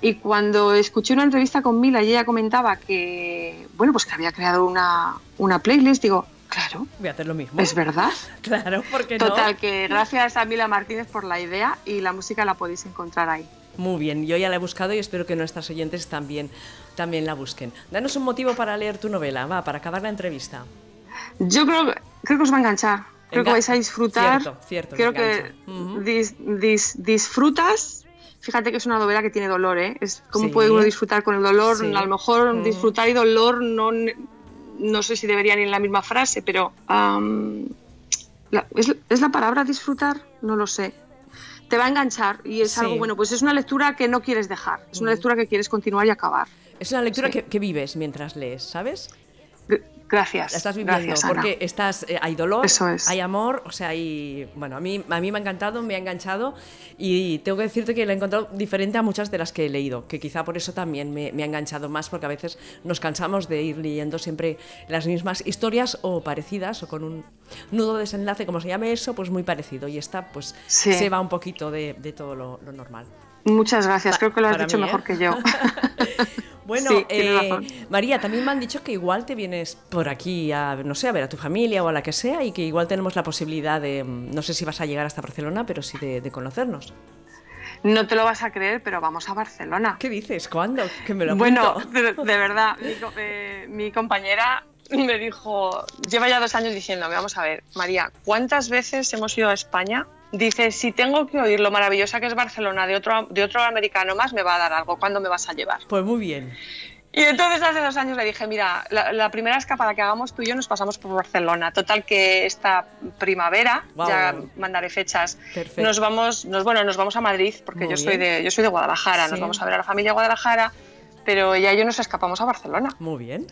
Y cuando escuché una entrevista con Mila y ella comentaba que, bueno, pues que había creado una, una playlist, digo, claro,
Voy a hacer lo mismo.
es verdad.
*laughs* Claro, porque
Total,
no.
que gracias a Mila Martínez por la idea y la música la podéis encontrar ahí.
Muy bien, yo ya la he buscado y espero que nuestras oyentes también, también la busquen. Danos un motivo para leer tu novela, va, para acabar la entrevista.
Yo creo, creo que os va a enganchar. Creo
Engan-
que vais a disfrutar.
Cierto, cierto,
Creo
me
que
engancha. Ujú.
dis- dis- disfrutas. Fíjate que es una novela que tiene dolor, ¿eh? Es cómo
Sí.
puede uno disfrutar con el dolor.
Sí.
A lo mejor
Mm.
disfrutar y dolor no, no sé si deberían ir en la misma frase, pero am, la- ¿es, es la palabra disfrutar? No lo sé. Te va a enganchar y es
Sí.
algo bueno. Pues es una lectura que no quieres dejar. Es una lectura que quieres continuar y acabar.
Es una lectura
Sí.
que, que vives mientras lees, ¿sabes?
Gr- Gracias.
La estás viviendo
Gracias, Ana.
porque estás, eh, hay dolor,
Eso es.
hay amor, o sea, hay, bueno, a mí, a mí me ha encantado, me ha enganchado y tengo que decirte que la he encontrado diferente a muchas de las que he leído, que quizá por eso también me, me ha enganchado más, porque a veces nos cansamos de ir leyendo siempre las mismas historias o parecidas o con un nudo desenlace, como se llame eso, pues muy parecido y esta pues
Sí.
se va un poquito de, de todo lo, lo normal.
Muchas gracias,
Pa-
creo que lo has
para
dicho
mí, ¿eh?
mejor
*laughs*
que yo.
Bueno,
Sí, tienes
eh,
razón.
María, también me han dicho que igual te vienes por aquí a, no sé, a ver a tu familia o a la que sea y que igual tenemos la posibilidad de, mm, no sé si vas a llegar hasta Barcelona, pero sí de, de conocernos.
No te lo vas a creer, pero vamos a Barcelona.
¿Qué dices? ¿Cuándo? Que me lo
bueno,
apunto.
de, de verdad, mi, co- eh, mi compañera me dijo, lleva ya dos años diciéndome, vamos a ver, María, ¿cuántas veces hemos ido a España? Dice, si tengo que oír lo maravillosa que es Barcelona de otro, de otro americano más, me va a dar algo, ¿cuándo me vas a llevar?
Pues muy bien.
Y entonces hace dos años le dije, mira, la, la primera escapada que hagamos tú y yo nos pasamos por Barcelona. Total que esta primavera,
Guau.
ya mandaré fechas,
Perfecto.
nos vamos, nos, bueno, nos vamos a Madrid, porque
Muy
yo soy,
bien.
de, yo soy de Guadalajara,
Sí.
nos vamos a ver a la familia de Guadalajara, pero ella y yo nos escapamos a Barcelona.
Muy bien.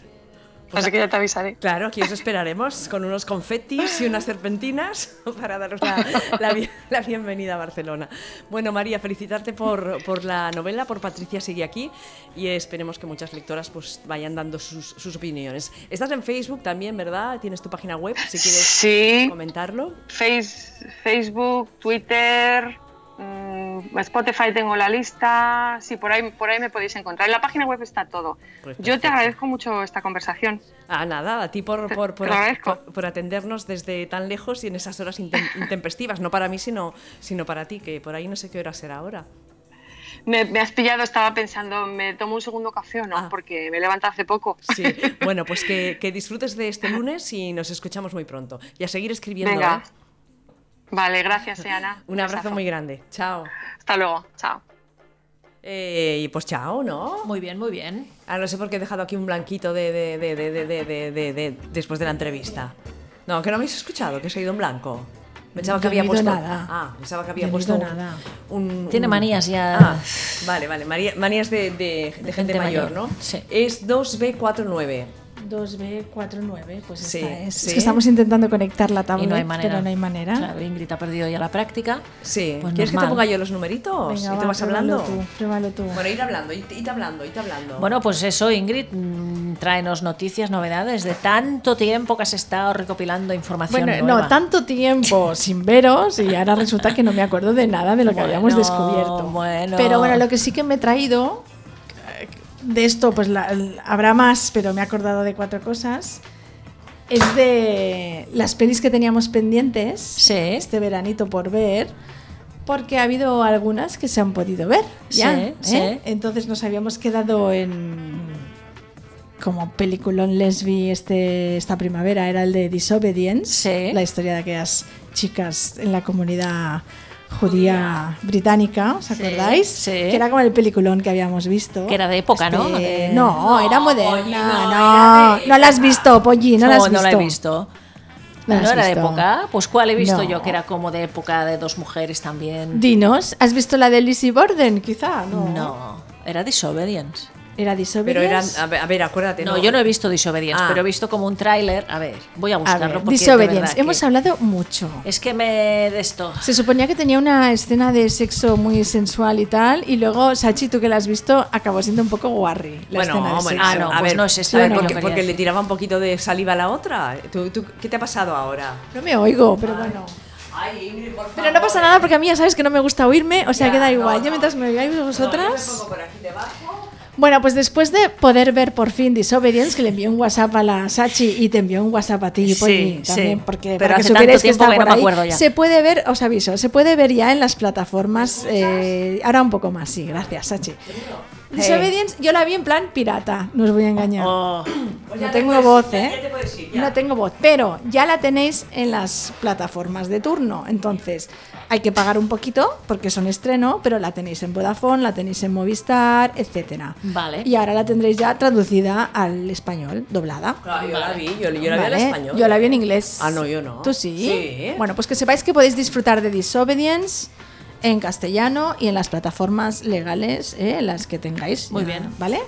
Pues
Así que ya te avisaré.
Claro, aquí os esperaremos con unos confetis y unas serpentinas *laughs* para daros la, la bien- la bienvenida a Barcelona. Bueno, María, felicitarte por, por la novela, por Patricia Sigue aquí y esperemos que muchas lectoras pues, vayan dando sus, sus opiniones. Estás en Facebook también, ¿verdad? Tienes tu página web, si quieres
Sí,
comentarlo.
Face- Facebook, Twitter, mm, Spotify tengo la lista, sí, por ahí, por ahí me podéis encontrar. En la página web está todo.
Pues
Yo te
perfecto.
agradezco mucho esta conversación.
Ah, nada, a ti por,
Te-
por,
te
por,
lo agradezco.
por- por atendernos desde tan lejos y en esas horas intem- intempestivas, no para mí, sino, sino para ti, que por ahí no sé qué hora será ahora.
Me, me has pillado, estaba pensando, ¿me tomo un segundo café o no?
Ah.
Porque me levanté hace poco.
Sí, bueno, pues que, que disfrutes de este lunes y nos escuchamos muy pronto. Y a seguir escribiendo.
Venga.
¿eh?
Vale, gracias, eh, Ana.
*laughs* Un abrazo muy
besazo.
grande. Chao.
Hasta luego, chao.
Eh, y pues chao, ¿no?
Muy bien, muy bien.
Ah, no sé por qué he dejado aquí un blanquito de, de- de- de- de- de- de- de- de- después de la entrevista. No, que no habéis escuchado, que se ha ido en blanco. Pensaba que
Yo no he
había puesto.
oído nada.
Ah, pensaba que había
Yo no he
puesto.
oído
un-
nada.
un-
Tiene
un-
manías ya.
Ah, vale, vale. María- manías de, de- de gente,
gente
mayor,
mayor,
¿no?
sí.
Es 2B49.
2B49, pues
Sí,
esta es.
sí.
Es que estamos intentando conectar la
Eh, Y
tablet,
no Ah, hay manera.
pero no hay manera.
Claro, Ingrid ha perdido ya la práctica.
Sí.
Pues
¿Quieres que te
normal.
ponga yo los numeritos?
Venga,
y te
va,
vas
pruébalo
hablando.
tú, pruébalo tú.
Bueno, ir hablando, ir, ir hablando, ir hablando.
Bueno, pues eso, Ingrid, mm, tráenos noticias, novedades de tanto tiempo que has estado recopilando información.
Bueno,
nueva.
no, tanto
*laughs*
tiempo sin veros y ahora resulta que no me acuerdo de nada de lo que habíamos
Bueno,
descubierto.
bueno.
Pero bueno, lo que sí que me he traído eh, de esto, pues la- l- habrá más, pero me he acordado de cuatro cosas. Es de las pelis que teníamos pendientes
Sí.
este veranito por ver. Porque ha habido algunas que se han podido ver. Ya,
Sí,
¿eh?
sí.
Entonces nos habíamos quedado en como peliculón lesbi este, esta primavera era el de Disobedience,
Sí.
la historia de aquellas chicas en la comunidad judía británica, ¿os acordáis?
sí.
Que era como el peliculón que habíamos visto. Este,
Que era de época, ¿no? Eh, De-
No, era moderna.
Polly, no,
no,
era
no,
de
la has visto, Polly, no, la has visto.
la he visto.
No la has
era de
visto.
época. Pues cuál he visto
No.
yo, que era como de época de dos mujeres también.
Dinos, ¿has visto la de Lizzie Borden? Quizá, ¿no?
no, era Disobedience.
Era Disobedience.
pero eran, a ver, a ver, acuérdate.
No, yo no he visto Disobedience,
Ah.
pero he visto como un tráiler. A ver, voy a
A
buscarlo.
ver,
porque de verdad
Disobedience.
que-
Hemos hablado mucho.
Es que me de esto.
Se suponía que tenía una escena de sexo muy sensual y tal, y luego Sachi, tú que la has visto, acabó siendo un poco guarry la
Bueno,
escena de
bueno,
sexo.
Ah, no,
a
pues
ver,
no es esta,
a ver,
no lo
porque,
quería
porque le
decir.
tiraba un poquito de saliva a la otra. ¿Tú, tú, qué te ha pasado ahora?
No me oigo, pero bueno. Pero no pasa nada porque a mí ya sabes que no me gusta oírme, o sea que da igual. yo mientras eh. me oigáis vosotras. Bueno, pues después de poder ver por fin Disobedience, que le envié un WhatsApp a la Sachi y te envió un WhatsApp a ti,
Sí,
Polly,
sí.
también, porque
Pero
para que
hace tanto
supierais que
tiempo
estaba
que no
por
me
ahí.
acuerdo ya.
Se puede ver, os aviso, se puede ver ya en las plataformas. eh, ahora un poco más, sí, gracias, Sachi. Disobedience, yo la vi en plan pirata, no os voy a engañar.
Oh,
no tengo voz, ¿eh? No tengo voz, pero ya la tenéis en las plataformas de turno. Entonces, hay que pagar un poquito porque son estreno, pero la tenéis en Vodafone, la tenéis en Movistar, etcétera.
Vale.
Y ahora la tendréis ya traducida al español, doblada.
Claro, Ah, yo la vi, yo, yo la vi al
Vale,
español.
Yo la vi en inglés.
Ah, no, yo no.
¿Tú sí?
Sí.
Bueno, pues que sepáis que podéis disfrutar de Disobedience en castellano y en las plataformas legales, ¿eh? las que tengáis.
Muy
ya,
bien.
¿Vale?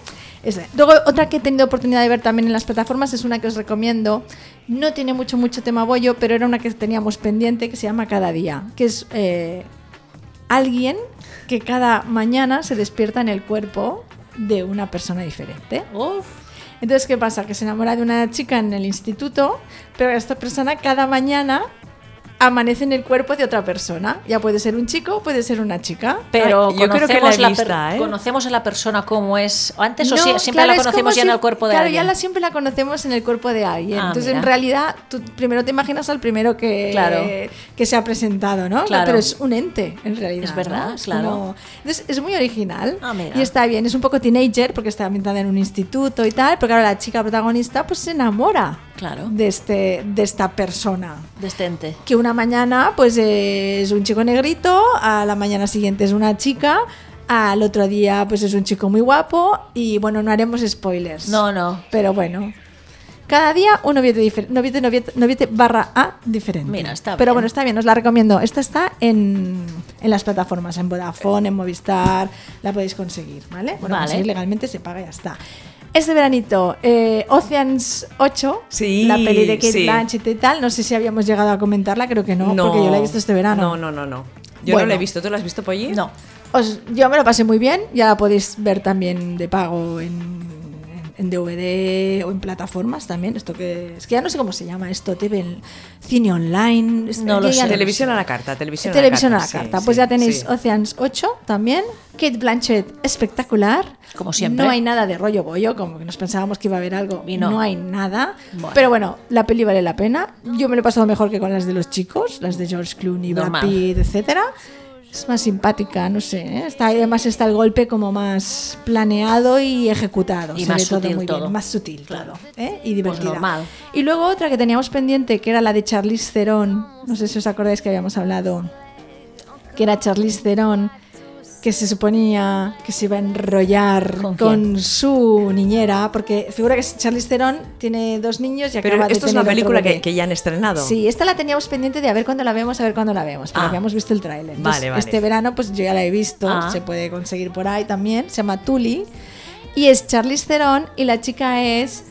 Es de- Luego, otra que he tenido oportunidad de ver también en las plataformas es una que os recomiendo. No tiene mucho, mucho tema bollo, pero era una que teníamos pendiente que se llama Cada Día, que es eh, alguien que cada mañana se despierta en el cuerpo de una persona diferente.
uf.
Entonces, ¿qué pasa? Que se enamora de una chica en el instituto, pero esta persona cada mañana amanece en el cuerpo de otra persona. Ya puede ser un chico, puede ser una chica.
Pero
Yo creo que la he
conocemos la per-
vista, ¿eh?
conocemos a la persona como es antes o
No,
sí- siempre
claro,
la
es
conocemos
como
ya en
si-
el cuerpo de
Claro,
alguien.
ya la, siempre la conocemos en el cuerpo de alguien.
Ah,
Entonces, en
mira.
realidad, tú primero te imaginas al primero que,
Claro.
que se ha presentado, ¿no?
Claro.
Pero es un ente, en realidad.
Es verdad,
¿no?
claro.
como- Entonces, es muy original.
Ah, mira.
y está bien, es un poco teenager porque está ambientada en un instituto y tal, pero claro, la chica protagonista pues se enamora
Claro.
de, este, de esta persona.
Destente.
Que una mañana pues eh, es un chico negrito, a la mañana siguiente es una chica, al otro día pues es un chico muy guapo y bueno, no haremos spoilers.
No, no.
Pero bueno. Cada día un noviete, difer- noviete, noviete, noviete barra A diferente.
Mira, está
Pero
bien.
bueno, está bien, os la recomiendo. Esta está en, en las plataformas, en Vodafone, en Movistar, la podéis conseguir, ¿vale? Bueno,
Vale.
conseguir legalmente se paga y ya está. Este veranito, eh, Oceans 8,
Sí,
la peli de Kate
sí.
Blanchett y tal, no sé si habíamos llegado a comentarla, creo que no, porque yo la he visto este verano.
No, no, no, no. Yo
Bueno.
no la he visto. ¿Tú la has visto, Polly?
No.
Os- yo me lo pasé muy bien, ya la podéis ver también de pago en, en DVD o en plataformas también. Esto que es que ya no sé cómo se llama esto, TV, en- cine online, este, es-
No lo
ya
sé.
ya
Televisión a la carta, televisión a la
Televisión a la
carta, sí,
carta. pues
sí,
ya tenéis
sí.
Oceans 8 también. Kate Blanchett, espectacular.
Como siempre.
No hay nada de rollo bollo, como que nos pensábamos que iba a haber algo.
Y no.
hay nada.
Bueno.
Pero bueno, la peli vale la pena. Yo me lo he pasado mejor que con las de los chicos, las de George Clooney, Brad
Normal.
Pitt, etcétera. Es más simpática, no sé. ¿eh? Está, además está el golpe como más planeado y ejecutado.
Y
Se
más
ve todo
sutil
muy
todo.
bien, más sutil
Claro.
todo,
Pues
¿eh? Y divertida.
normal.
Y luego otra que teníamos pendiente, que era la de Charlize Theron. No sé si os acordáis que habíamos hablado. Que era Charlize Theron, que se suponía que se iba a enrollar
¿Con
con,
quién?
su niñera, porque figura que Charlize Theron tiene dos niños y
Pero
acaba de
esto es una
tener otro
película que,
bebé.
que ya han estrenado.
Sí, esta la teníamos pendiente de a ver cuándo la vemos, a ver cuándo la vemos, pero
Ah.
habíamos visto el tráiler. Entonces,
Vale, vale.
Este verano pues yo ya la he visto,
Ah.
se puede conseguir por ahí también, se llama Tuli y es Charlize Theron y la chica es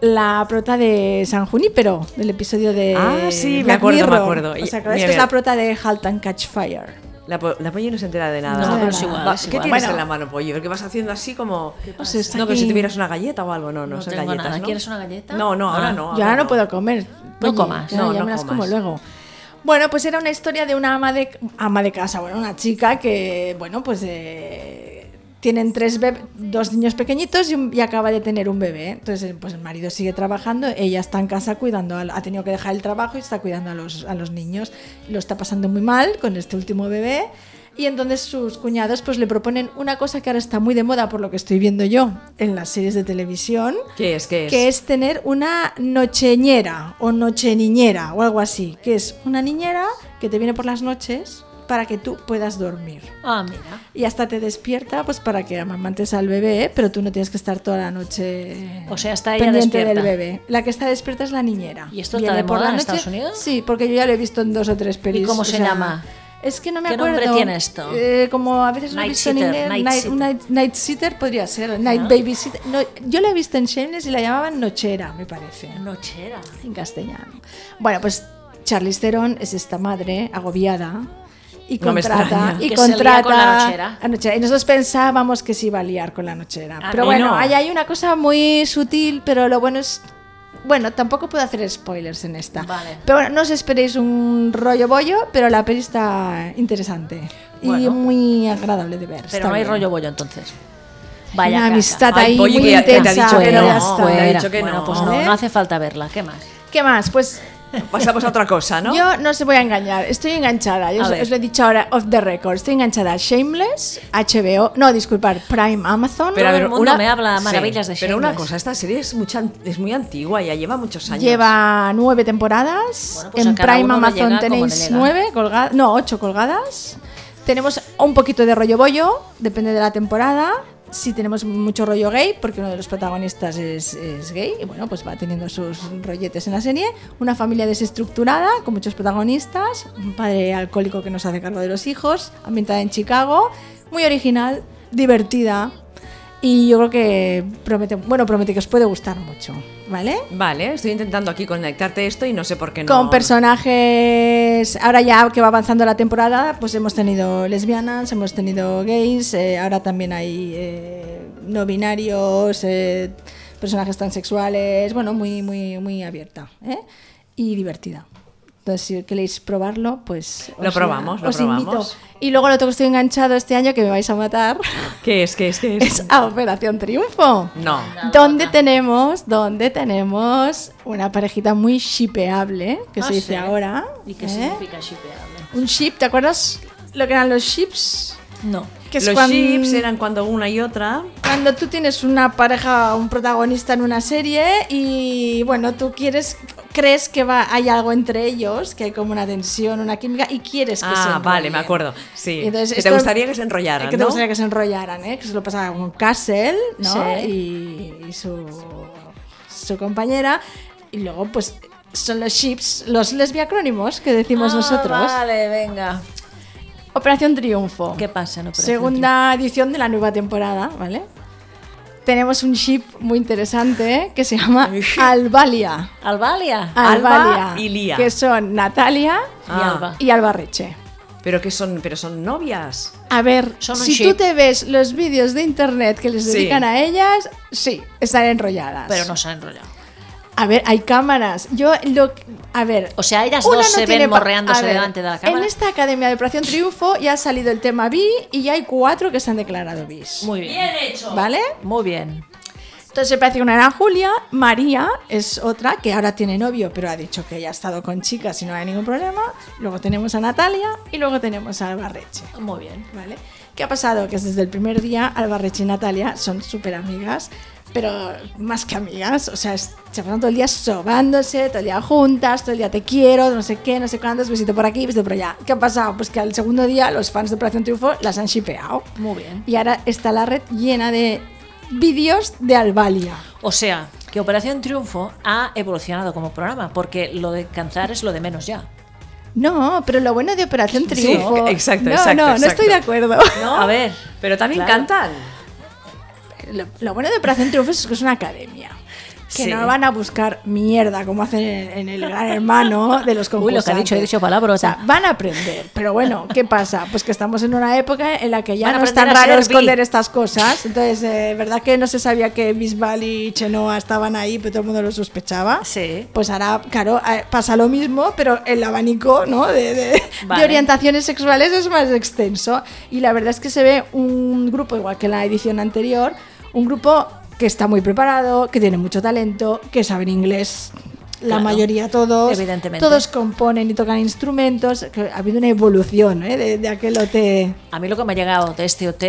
la prota de San Junípero, del episodio de
Ah, sí, me
Black
acuerdo, me
Mirror.
acuerdo.
¿Os
Y-
acordáis
mira,
que es
mira.
la prota de Halt and Catch Fire?
La, po- la Polly no se entera de nada.
No,
No,
pero es
nada.
igual.
Va,
es
¿Qué
igual.
tienes
Bueno.
en la mano, Polly? Porque vas haciendo así como...
Pues está
No, que si
aquí.
tuvieras una galleta o algo. No, no,
No
son
tengo
galletas,
nada.
¿no?
¿Quieres una galleta?
No, no, ahora
Ah.
no.
Yo
ahora
ahora no puedo comer.
No
Oye,
comas.
ya-
No,
ya
no
me las como
comas.
luego. Bueno, pues era una historia de una ama de, ama de casa, bueno, una chica que, bueno, pues eh, tienen tres bebés, dos niños pequeñitos y, un- y acaba de tener un bebé. Entonces, eh, pues el marido sigue trabajando, ella está en casa cuidando, al- ha tenido que dejar el trabajo y está cuidando a los, a los niños. Lo está pasando muy mal con este último bebé. Y entonces sus cuñados pues le proponen una cosa que ahora está muy de moda por lo que estoy viendo yo en las series de televisión,
¿Qué es? ¿Qué es?
que es tener una nocheñera o nocheniñera o algo así, que es una niñera que te viene por las noches para que tú puedas dormir.
Ah, mira.
Y hasta te despierta pues para que amamantes al bebé, pero tú no tienes que estar toda la noche
O sea, está ella
pendiente
despierta.
del bebé. La que está despierta es la niñera.
¿Y esto está
Viene
de
por
moda
la
en
noche-
Estados Unidos?
Sí, porque yo ya lo he visto en dos o tres películas.
cómo se llama?
Es que no me
¿Qué
acuerdo.
nombre tiene esto?
Eh, como a veces lo he
Night
visto en
Sitter,
inglés,
Night
night-
Sitter.
night- Night Sitter podría ser, Night Babysitter. No, yo la he visto en Shameless y la llamaban Nochera, me parece,
Nochera.
en castellano. Bueno, pues Charlize Theron es esta madre agobiada y
No me
contrata
extraña.
y
Que se lía
contrata
con la nochera.
a nochera. Y nosotros pensábamos que se iba a liar con la nochera,
Ah,
pero
no.
bueno,
No.
ahí hay una cosa muy sutil, pero lo bueno es Bueno, tampoco puedo hacer spoilers en esta.
Vale.
Pero bueno, no os esperéis un rollo bollo, pero la peli está interesante. Y
Bueno.
muy agradable de ver.
Pero
está
no hay
bien.
rollo bollo entonces.
Una
caca.
amistad
Ay,
ahí
Polly,
muy
que- que te ha
intensa.
dicho que
pero
no,
ya
te ha
está.
fuera. dicho que
bueno,
no.
pues no,
¿Eh?
no hace falta verla. ¿Qué más?
¿Qué más? Pues
Pasamos a otra cosa, ¿no?
Yo no se voy a engañar, estoy enganchada. Yo
A
os,
ver.
os lo he dicho ahora off the record. Estoy enganchada a Shameless, HBO, no, disculpar, Prime, Amazon.
Pero- Todo el mundo me habla maravillas de
Pero una
Shameless.
cosa, esta serie es, mucha, es muy antigua, ya lleva muchos años.
Lleva nueve temporadas.
Bueno, pues a
en
cada
Prime
uno le
Amazon
llega como le
tenéis
llega.
nueve colgadas. No, ocho colgadas. Tenemos un poquito de rollo bollo, depende de la temporada. Sí tenemos mucho rollo gay, porque uno de los protagonistas es, es gay, y bueno, pues va teniendo sus rolletes en la serie. Una familia desestructurada, con muchos protagonistas, un padre alcohólico que nos hace cargo de los hijos, ambientada en Chicago, muy original, divertida, y yo creo que promete, bueno, promete que os puede gustar mucho, ¿vale?
Vale, estoy intentando aquí conectarte esto y no sé por qué no.
Con personajes, ahora ya que va avanzando la temporada, pues hemos tenido lesbianas, hemos tenido gays, eh, ahora también hay eh, no binarios, eh, personajes transexuales, bueno, muy, muy, muy abierta ¿eh? y divertida. Entonces, si queréis probarlo, pues
Lo probamos, lo
os invito.
probamos.
Y luego lo otro que estoy enganchado este año, que me vais a matar,
¿Qué es? ¿Qué es? ¿Qué es?
*laughs* es a Operación Triunfo.
No.
Donde tenemos, donde tenemos una parejita muy shipeable, que
Ah,
se dice ahora.
¿Y qué
¿eh?
significa shipeable?
Un ship, ¿te acuerdas lo que eran los ships?
No.
Que es
Los
cuan-
chips eran cuando una y otra.
cuando tú tienes una pareja, un protagonista en una serie y bueno, tú quieres, crees que va, hay algo entre ellos, que hay como una tensión, una química y quieres que se
Ah, vale,
enrollen.
me acuerdo. Sí.
Y entonces
que te
esto-
gustaría que se enrollaran,
que te
¿no?
gustaría que se enrollaran, ¿eh? Que se lo pasaba con Castle, ¿no?
Sí.
Y, y su, su compañera. Y luego, pues, son los ships, los lesbiacrónimos que decimos
Ah,
nosotros.
Ah, Vale, venga.
Operación Triunfo.
¿Qué pasa en Operación
Segunda edición de la nueva temporada, ¿vale? Tenemos un ship muy interesante que se llama Albalia.
Triunfo? Albalia.
Alba
Albalia.
y Lía.
Que son Natalia
Ah,
Alba.
y Albarreche.
Pero que son, pero son novias.
A ver,
Son un
si
chip.
tú te ves los vídeos de internet que les
Sí.
dedican a ellas, sí, están enrolladas.
Pero no se han enrollado.
A ver, hay cámaras. Yo lo. A ver.
O sea, ellas
una
dos
no
se
tiene
ven
pa-
morreándose
a ver,
delante de la cámara.
En este- esta academia de Operación Triunfo ya ha salido el tema bi y ya hay cuatro que se han declarado bis.
Muy bien.
¿Vale?
Muy bien.
Entonces se parece que una era Julia, María es otra que ahora tiene novio, pero ha dicho que ya ha estado con chicas y no hay ningún problema. Luego tenemos a Natalia y luego tenemos a Albarreche.
Muy bien.
¿Vale? ¿Qué ha pasado? Que desde el primer día Albarreche y Natalia son súper amigas, pero más que amigas, o sea, es- se pasan todo el día sobándose, todo el día juntas, todo el día te quiero, no sé qué, no sé cuántos, besito por aquí, besito por allá. ¿Qué ha pasado? Pues que al segundo día los fans de Operación Triunfo las han shipeado.
Muy bien.
Y ahora está la red llena de vídeos de Albalia.
O sea, que Operación Triunfo ha evolucionado como programa, porque lo de cantar es lo de menos ya.
No, pero lo bueno de Operación Triunfo.
exacto,
no,
exacto,
No, no
exacto.
estoy de acuerdo.
A ver.
Pero también
Claro.
cantan.
Lo, lo bueno de Operación Triunfo es que es una academia. Que
Sí.
no van a buscar mierda como hacen en, en el gran hermano de los concursantes.
Uy, lo que ha dicho, he dicho palabras.
O sea, van a aprender. Pero bueno, ¿qué pasa? Pues que estamos en una época en la que ya
Van a
no es tan
aprender a
raro
ser
esconder
bi.
estas cosas. Entonces, eh, ¿verdad que no se sabía que Bisbal y Chenoa estaban ahí, pero todo el mundo lo sospechaba?
Sí.
Pues ahora, claro, eh, pasa lo mismo, pero el abanico ¿no? de, de-
Vale.
de orientaciones sexuales es más extenso. Y la verdad es que se ve un grupo, igual que en la edición anterior, un grupo que está muy preparado, que tiene mucho talento, que saben inglés. La
Claro.
mayoría todos,
Evidentemente.
todos componen y tocan instrumentos. que ha habido una evolución ¿eh? de, de aquel OT.
A mí lo que me ha llegado de este OT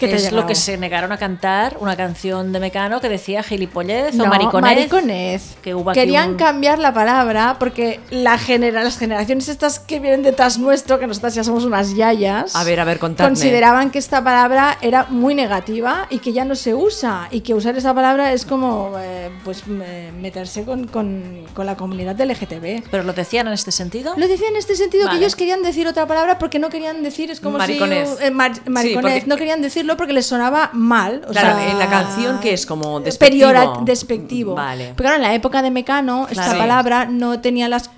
¿Qué te ha
es
llegado?
lo que se negaron a cantar una canción de Mecano que decía gilipollez
No,
o mariconez.
mariconez.
Que hubo aquí
Querían
un-
cambiar la palabra porque la genera, las generaciones estas que vienen detrás nuestro, que nosotras ya somos unas yayas.
A ver, a ver, contadme.
Consideraban que esta palabra era muy negativa y que ya no se usa. Y que usar esa palabra es como eh, pues me- meterse con, con- con la comunidad LGTB.
Pero lo decían en este sentido.
Lo decía en este sentido que
Vale.
ellos querían decir otra palabra porque no querían decir, es como
Mariconez.
si. eh, mar- mariconez.
porque-
No querían decirlo porque les sonaba mal. o
Claro,
sea, eh,
en la canción que es como despectivo.
periora- despectivo.
Vale.
Pero claro, en la época de Mecano, esta
Claro.
palabra no tenía las.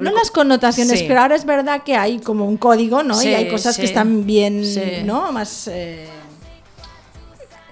No las connotaciones,
Sí.
pero ahora es verdad que hay como un código, ¿no?
Sí,
y hay cosas
sí.
que están bien,
Sí.
¿no? Más. eh,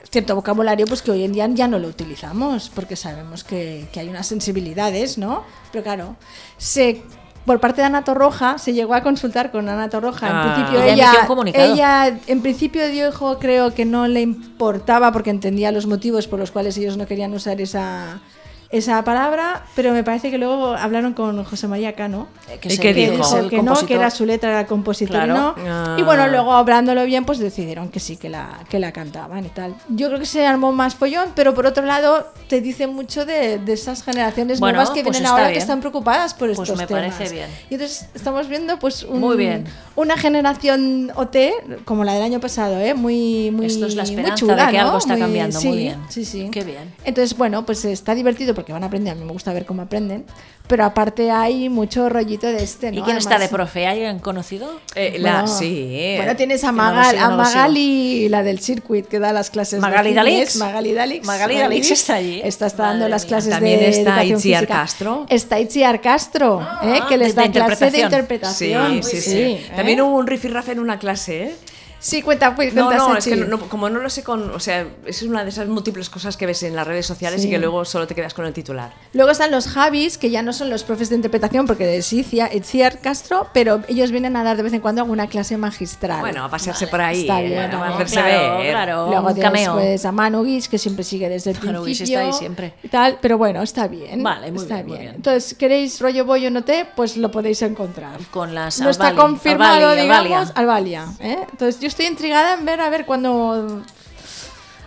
cierto vocabulario pues que hoy en día ya no lo utilizamos porque sabemos que, que hay unas sensibilidades, ¿no? Pero claro, se, por parte de Ana Torroja se llegó a consultar con Ana Torroja.
Ah.
en principio
Ella
ella,
emitió un comunicado.
ella, en principio dijo creo que no le importaba porque entendía los motivos por los cuales ellos no querían usar esa esa palabra, pero me parece que luego hablaron con José María Cano
Eh, que
¿Y
es
qué
el-
dijo?
que
que es
dijo
el
que no, que
compositor.
era su letra, era el compositor y
Claro.
no.
Ah.
Y bueno, luego hablándolo bien, pues decidieron que sí, que la, que la cantaban y tal. Yo creo que se armó más follón, pero por otro lado, te dice mucho de, de esas generaciones
Bueno,
nuevas que
pues
vienen
está
ahora que
bien.
están preocupadas por
Pues
estos
me
temas.
parece bien.
Y entonces estamos viendo pues un-
Muy bien.
una generación OT, como la del año pasado, ¿eh? muy, muy,
Esto es la
muy
esperanza
chula,
de que
¿no?
algo está
Muy-
cambiando.
sí,
Muy bien.
Sí, sí.
Qué bien.
Entonces, bueno, pues está divertido porque van a aprender. A mí me gusta ver cómo aprenden. Pero aparte hay mucho rollito de este, ¿no?
¿Y quién está de
Además-
profe? ¿Alguien conocido?
Eh, la,
Bueno,
sí.
Bueno, tienes a,
Que no lo
Magal-
sigo, no
a
lo sigo.
Magali, la del circuit, que da las clases.
Magali
de
Dalix.
fitness, Magali Dalix.
Magali Dalix está allí.
Esta está dando
Madre
las
mía.
clases
También
de
está
educación
Itziar
física.
Castro.
Está Itziar Castro, ¿eh? que
de-
les da
de
clase de
interpretación.
Sí, sí,
interpretación.
sí.
¿eh?
También hubo un rifirrafe en una clase, ¿eh?
Sí, cuenta, pues,
No,
cuenta,
no, es que
Sachi.
no- como no lo sé con. O sea, es una de esas múltiples cosas que ves en las redes sociales
Sí.
y que luego solo te quedas con el titular.
Luego están los Javis, que ya no son los profes de interpretación, porque es Itziar, Itziar Castro, pero ellos vienen a dar de vez en cuando alguna clase magistral.
Bueno, a pasearse por ahí,
está
eh,
bien,
bueno, a
¿no?
hacerse
claro,
ver.
claro.
Luego
un
tienes
cameo.
pues, a Manu Guix, que siempre sigue desde el
Manu Guix
principio.
está ahí siempre.
y tal, pero bueno, está bien.
Vale, muy
está
bien, muy bien.
Entonces, ¿queréis rollo bollo no té? Pues lo podéis encontrar.
Con las
No está
Albali-
confirmado,
Albali-
digamos,
Albalia.
Albalia. ¿eh? Entonces, yo estoy intrigada en ver a ver cuándo...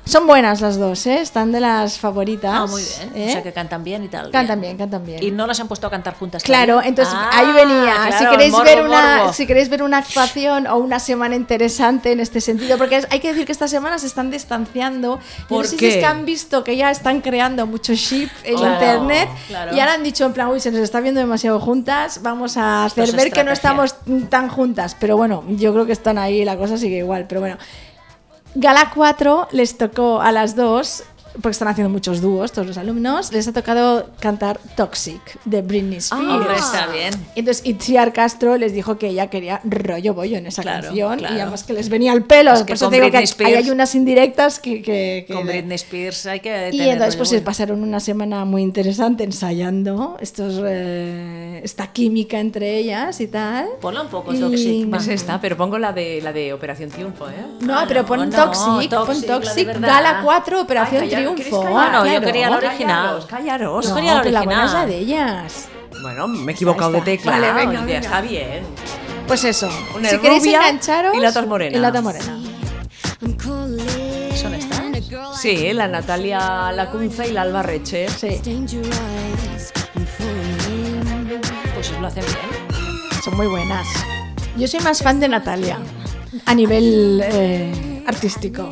Son buenas las dos, ¿eh? Están de las favoritas.
Ah, muy bien.
¿eh?
O sea que cantan bien y tal.
Cantan
bien.
bien, cantan bien.
Y no las han puesto a cantar juntas.
Claro,
todavía.
entonces
Ah,
ahí venía. si
claro,
queréis
morbo,
ver una,
morbo.
si queréis ver una actuación o una semana interesante en este sentido, porque es- hay que decir que estas semanas se están distanciando. Yo
¿Por
no sé si
qué?
es que han visto que ya están creando mucho ship en
Claro,
internet
claro.
y ahora han dicho en plan, uy, se nos está viendo demasiado juntas, vamos a hacer
es
ver que no
estrategia.
estamos tan juntas. Pero bueno, yo creo que están ahí, la cosa sigue igual, pero bueno. Gala 4 les tocó a las dos, porque están haciendo muchos dúos todos los alumnos, les ha tocado cantar Toxic de Britney Spears.
Ah, Hombre, está bien.
Entonces Itziar Castro les dijo que ella quería rollo bollo en esa
Claro,
canción
claro.
y además que les venía al pelo.
Es que
Por eso
con
te digo que
Britney
ahí
Spears-
hay unas indirectas que... que- que-
Con Britney Spears hay que
y
tener
entonces pues se
rollo bueno.
pasaron una semana muy interesante ensayando estos, eh, esta química entre ellas y tal.
Ponla un poco
Y-
toxic. va.
Pues
Es esta, Ah, pero pongo la de, la de Operación Triunfo, ¿eh?
No,
Ah,
pero
no,
pon
no, Toxic,
Toxic, pon
la de
Toxic,
verdad.
Gala 4, Operación
Ay, calla- ¿queréis
Triunfo. Ah,
callar?
Bueno, yo
claro.
quería la original.
Callaros, callaros.
Yo
No,
quería la
pero buena es la
original.
de ellas.
Bueno, me he equivocado de
está.
tecla.
Vale, venga,
ya
venga.
está bien.
Pues eso.
Una
si
es
queréis
rubia
engancharos.
y la otra es morena.
y la otra morena.
¿Son estas?
Sí, la Natalia Lacunza y la Alba Reche.
Sí,
Pues lo hacen bien.
son muy buenas. Yo soy más fan de Natalia a nivel eh, artístico.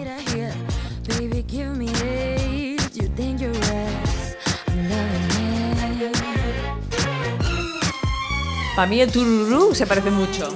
Para mí el Tururú se parece mucho.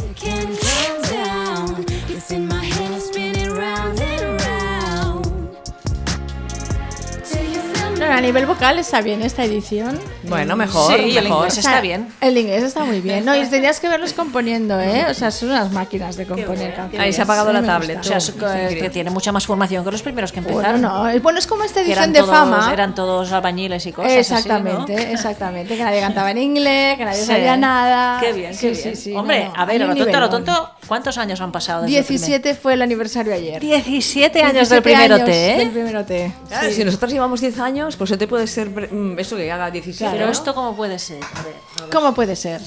No, a nivel vocal está bien esta edición.
Bueno, mejor,
Mm, sí,
mejor.
el inglés
O sea,
está bien.
El inglés está muy bien. No, y tendrías que verlos componiendo, ¿eh? O sea, son unas máquinas de componer canciones.
Ahí se ha apagado
A mí
la
me
tablet.
gusta.
O sea, es que que tiene mucha más formación que los primeros que
Bueno,
empezaron.
no. Bueno, es como esta
que
edición
eran,
de
todos,
fama.
eran todos albañiles y cosas. así, ¿no?
Exactamente, exactamente. Que nadie cantaba en inglés, que nadie
Sí.
sabía nada.
Qué bien,
Sí,
qué
sí,
bien.
sí,
Hombre,
no, no,
a ver,
hay
a lo
un
tonto, a lo
nivelón.
tonto, ¿cuántos años han pasado? Desde el primer?
17 fue el aniversario ayer.
17 años del
17
primero
años
T, ¿eh?
Del primero T.
Claro, Si nosotros llevamos 10 años, pues te puede ser pre- mm, eso que haga 17.
Claro.
Pero
¿no?
esto, ¿cómo puede ser? A ver, a ver.
¿Cómo puede ser?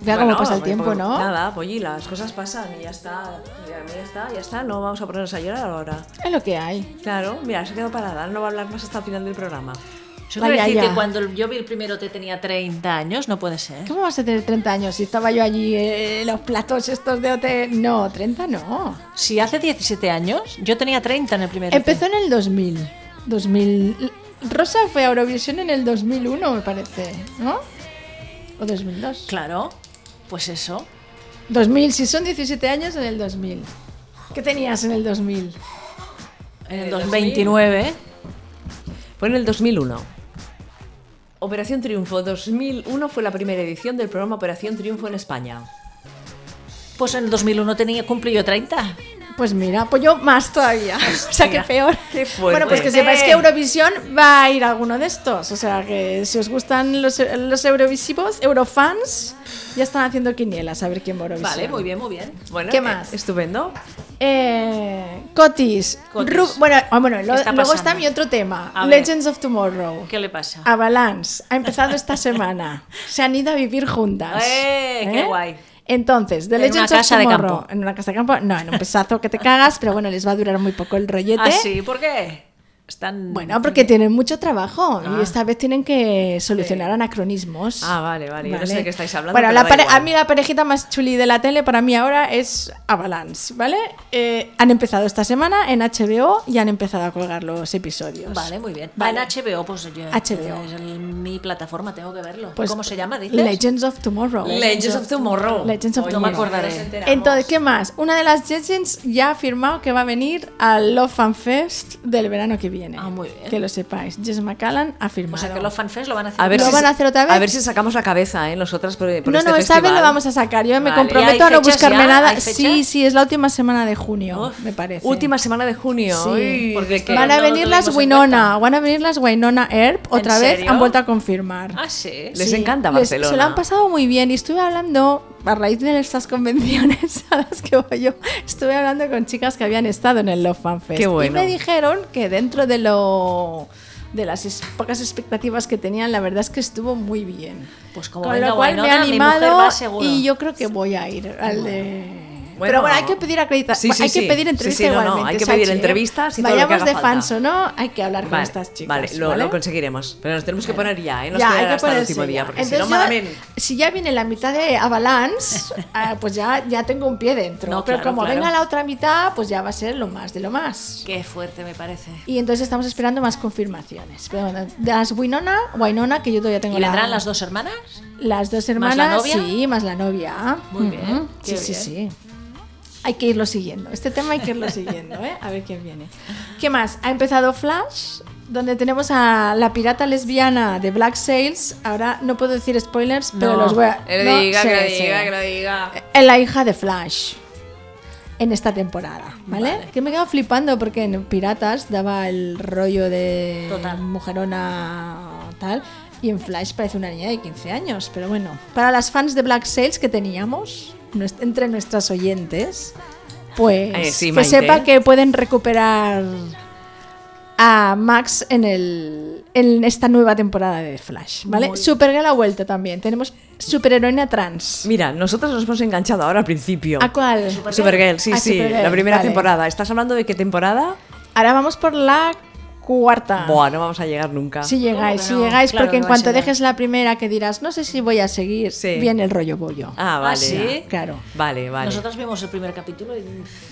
Vea
Bueno,
cómo pasa el
pues,
tiempo,
pues,
¿no?
Nada, pues y las cosas pasan y ya está. Ya, ya está, ya está. No vamos a ponernos a llorar ahora.
Es lo que hay.
Claro, mira, se ha quedado parada. No va a hablar más hasta el final del programa.
Yo quiero
Vaya,
decir
ya.
que cuando yo vi el primero T tenía 30 años, no puede ser.
¿Cómo vas a tener 30 años si estaba yo allí eh, los platos estos de OT? No, 30 no.
Si hace 17 años, yo tenía 30 en el primero
Empezó en el 2000. 2000. Rosa fue a Eurovisión en el 2001, me parece, ¿no? ¿O 2002?
Claro, pues eso.
2000, si son 17 años, en el 2000. ¿Qué tenías en el 2000?
En
Eh,
el
2000.
29.
Fue en el 2001. Operación Triunfo 2001 fue la primera edición del programa Operación Triunfo en España.
Pues en el 2001 tenía, cumplí yo 30.
Pues mira, pues yo más todavía. *laughs* o sea, que peor.
Qué fuerte.
bueno, pues que sepáis
Eh.
que Eurovisión va a ir a alguno de estos. O sea, que si os gustan los, los eurovisivos, eurofans, ya están haciendo quinielas a ver quién va a Eurovisión.
Vale, muy bien, muy bien.
Bueno,
¿Qué
eh,
más?
Estupendo.
Eh, Cotis.
Cotis.
Ru- bueno, ah, bueno lo-
está
luego
pasando?
está mi otro tema.
A ver.
Legends of Tomorrow.
¿Qué le pasa?
Avalanche ha
*laughs*
empezado esta semana. Se han ido a vivir juntas.
¡Eh, qué guay!
Entonces, The
En
Legends
una
of
casa de
Tomorrow-
campo.
En una casa de campo. No, en un pesazo que te cagas, pero bueno, les va a durar muy poco el rollete.
Ah, sí, ¿por qué? Están.
Bueno, porque tienen mucho trabajo
Ah.
y esta vez tienen que solucionar anacronismos.
Ah, vale, vale. Yo no sé de qué estáis hablando.
Bueno,
pero
la
da
pare-
igual.
a mí la parejita más chuli de la tele para mí ahora es Avalanche, ¿vale? Eh, han empezado esta semana en HBO y han empezado a colgar los episodios.
Vale, muy bien.
Pues Vale.
Va en HBO, pues yo.
HBO.
Es el- mi plataforma, tengo que verlo.
Pues,
¿Cómo se llama? ¿Dices?
Legends of Tomorrow.
Legends of Tomorrow.
Legends of
Oye,
Tomorrow. Eh,
me acordaré. Eh,
nos enteramos.
Entonces, ¿qué más? Una de las Legends ya ha firmado que va a venir al Love Fan Fest del verano que viene.
Ah, muy bien.
Que lo sepáis. Jess McCallan ha firmado.
O sea que los fanfest lo van pues a hacer.
A ver,
¿Lo
si,
van a hacer otra vez?
a ver si sacamos la cabeza, ¿eh? Nosotras por, por
no,
este
no, esta vez
festival.
lo vamos a sacar. Yo me
Vale. ¿Y
comprometo
hay
a no
fechas
buscarme
ya?
nada.
¿Hay fecha?
Sí, sí, es la última semana de junio, me parece.
Última semana de junio.
Sí.
Uy,
Porque
¿de qué?
Van a
No lo
venir las
tuvimos en
Winona, van a venir las Winona Earp otra
¿En
vez,
serio?
han vuelto a confirmar.
Ah, sí.
Les
Sí,
encanta
les-
Barcelona.
se lo han pasado muy bien y estuve hablando, a raíz de estas convenciones *laughs* a las que voy yo, estuve hablando con chicas que habían estado en el Love Fan Fest.
Qué bueno.
Y me dijeron que dentro de lo de las es- pocas expectativas que tenían, la verdad es que estuvo muy bien.
Pues como
con
venga
lo cual me
Winona,
ha
mi mujer
animado
va seguro.
y yo creo que voy a ir al de...
Bueno.
Pero bueno, hay que pedir acreditación,
Sí, sí,
hay
sí.
que pedir
Sí,
entrevistas
sí, no, no, hay que pedir entrevistas y todo lo que
¿eh? Vayamos
haga
de
falta.
fans o no, hay que hablar con
Vale,
estas chicas.
Vale, lo,
¿vale?
lo conseguiremos. Pero nos tenemos que poner ya, ¿eh? Nos
Ya,
queda
hay que
hasta el
ponerse
último día,
ya.
porque si
Entonces
no,
yo,
malamente.
si ya viene la mitad de
*laughs*
Avalanche, ah, pues ya, ya tengo un pie dentro.
No,
Pero
claro,
como
claro.
venga la otra mitad, pues ya va a ser lo más de lo más.
Qué fuerte me parece.
Y entonces estamos esperando más confirmaciones. Pero bueno, de las Winona, Winona, que yo todavía tengo
¿Y
la-
vendrán las dos hermanas?
las dos
¿Más
hermanas,
la novia?
sí, más la novia.
Muy
Ujú.
bien,
Sí,
qué
sí, sí.
bien.
Hay que irlo siguiendo. Este tema hay que irlo siguiendo, ¿eh? A ver quién viene. ¿Qué más? Ha empezado Flash, donde tenemos a la pirata lesbiana de Black Sails. Ahora no puedo decir spoilers, pero
No,
los voy a. no, sí, sí.
diga.
Es la hija de Flash en esta temporada, ¿vale? Que me he quedado flipando porque en Piratas daba el rollo de
Total.
mujerona tal y en Flash parece una niña de 15 años, pero bueno, para las fans de Black Sails que teníamos nues- entre nuestras oyentes, pues
Eh, sí,
que
Maite.
sepa que pueden recuperar a Max en, el, en esta nueva temporada de Flash, ¿vale? Supergirl ha vuelto también, tenemos superheroína trans.
Mira, nosotros nos hemos enganchado ahora al principio.
¿A cuál?
Supergirl, sí,
A
sí,
Ah, Supergirl,
la primera
vale.
temporada. ¿Estás hablando de qué temporada?
Ahora vamos por la cuarta.
Buah, no vamos a llegar nunca.
Si llegáis,
¿Cómo
si
que no?
llegáis,
Claro
porque
que
en
no
cuanto
vais a
dejes la primera que dirás, no sé si voy a seguir,
Sí.
viene el rollo bollo.
Ah, vale.
sí?
Claro.
Vale, vale.
Nosotras vimos el primer capítulo y.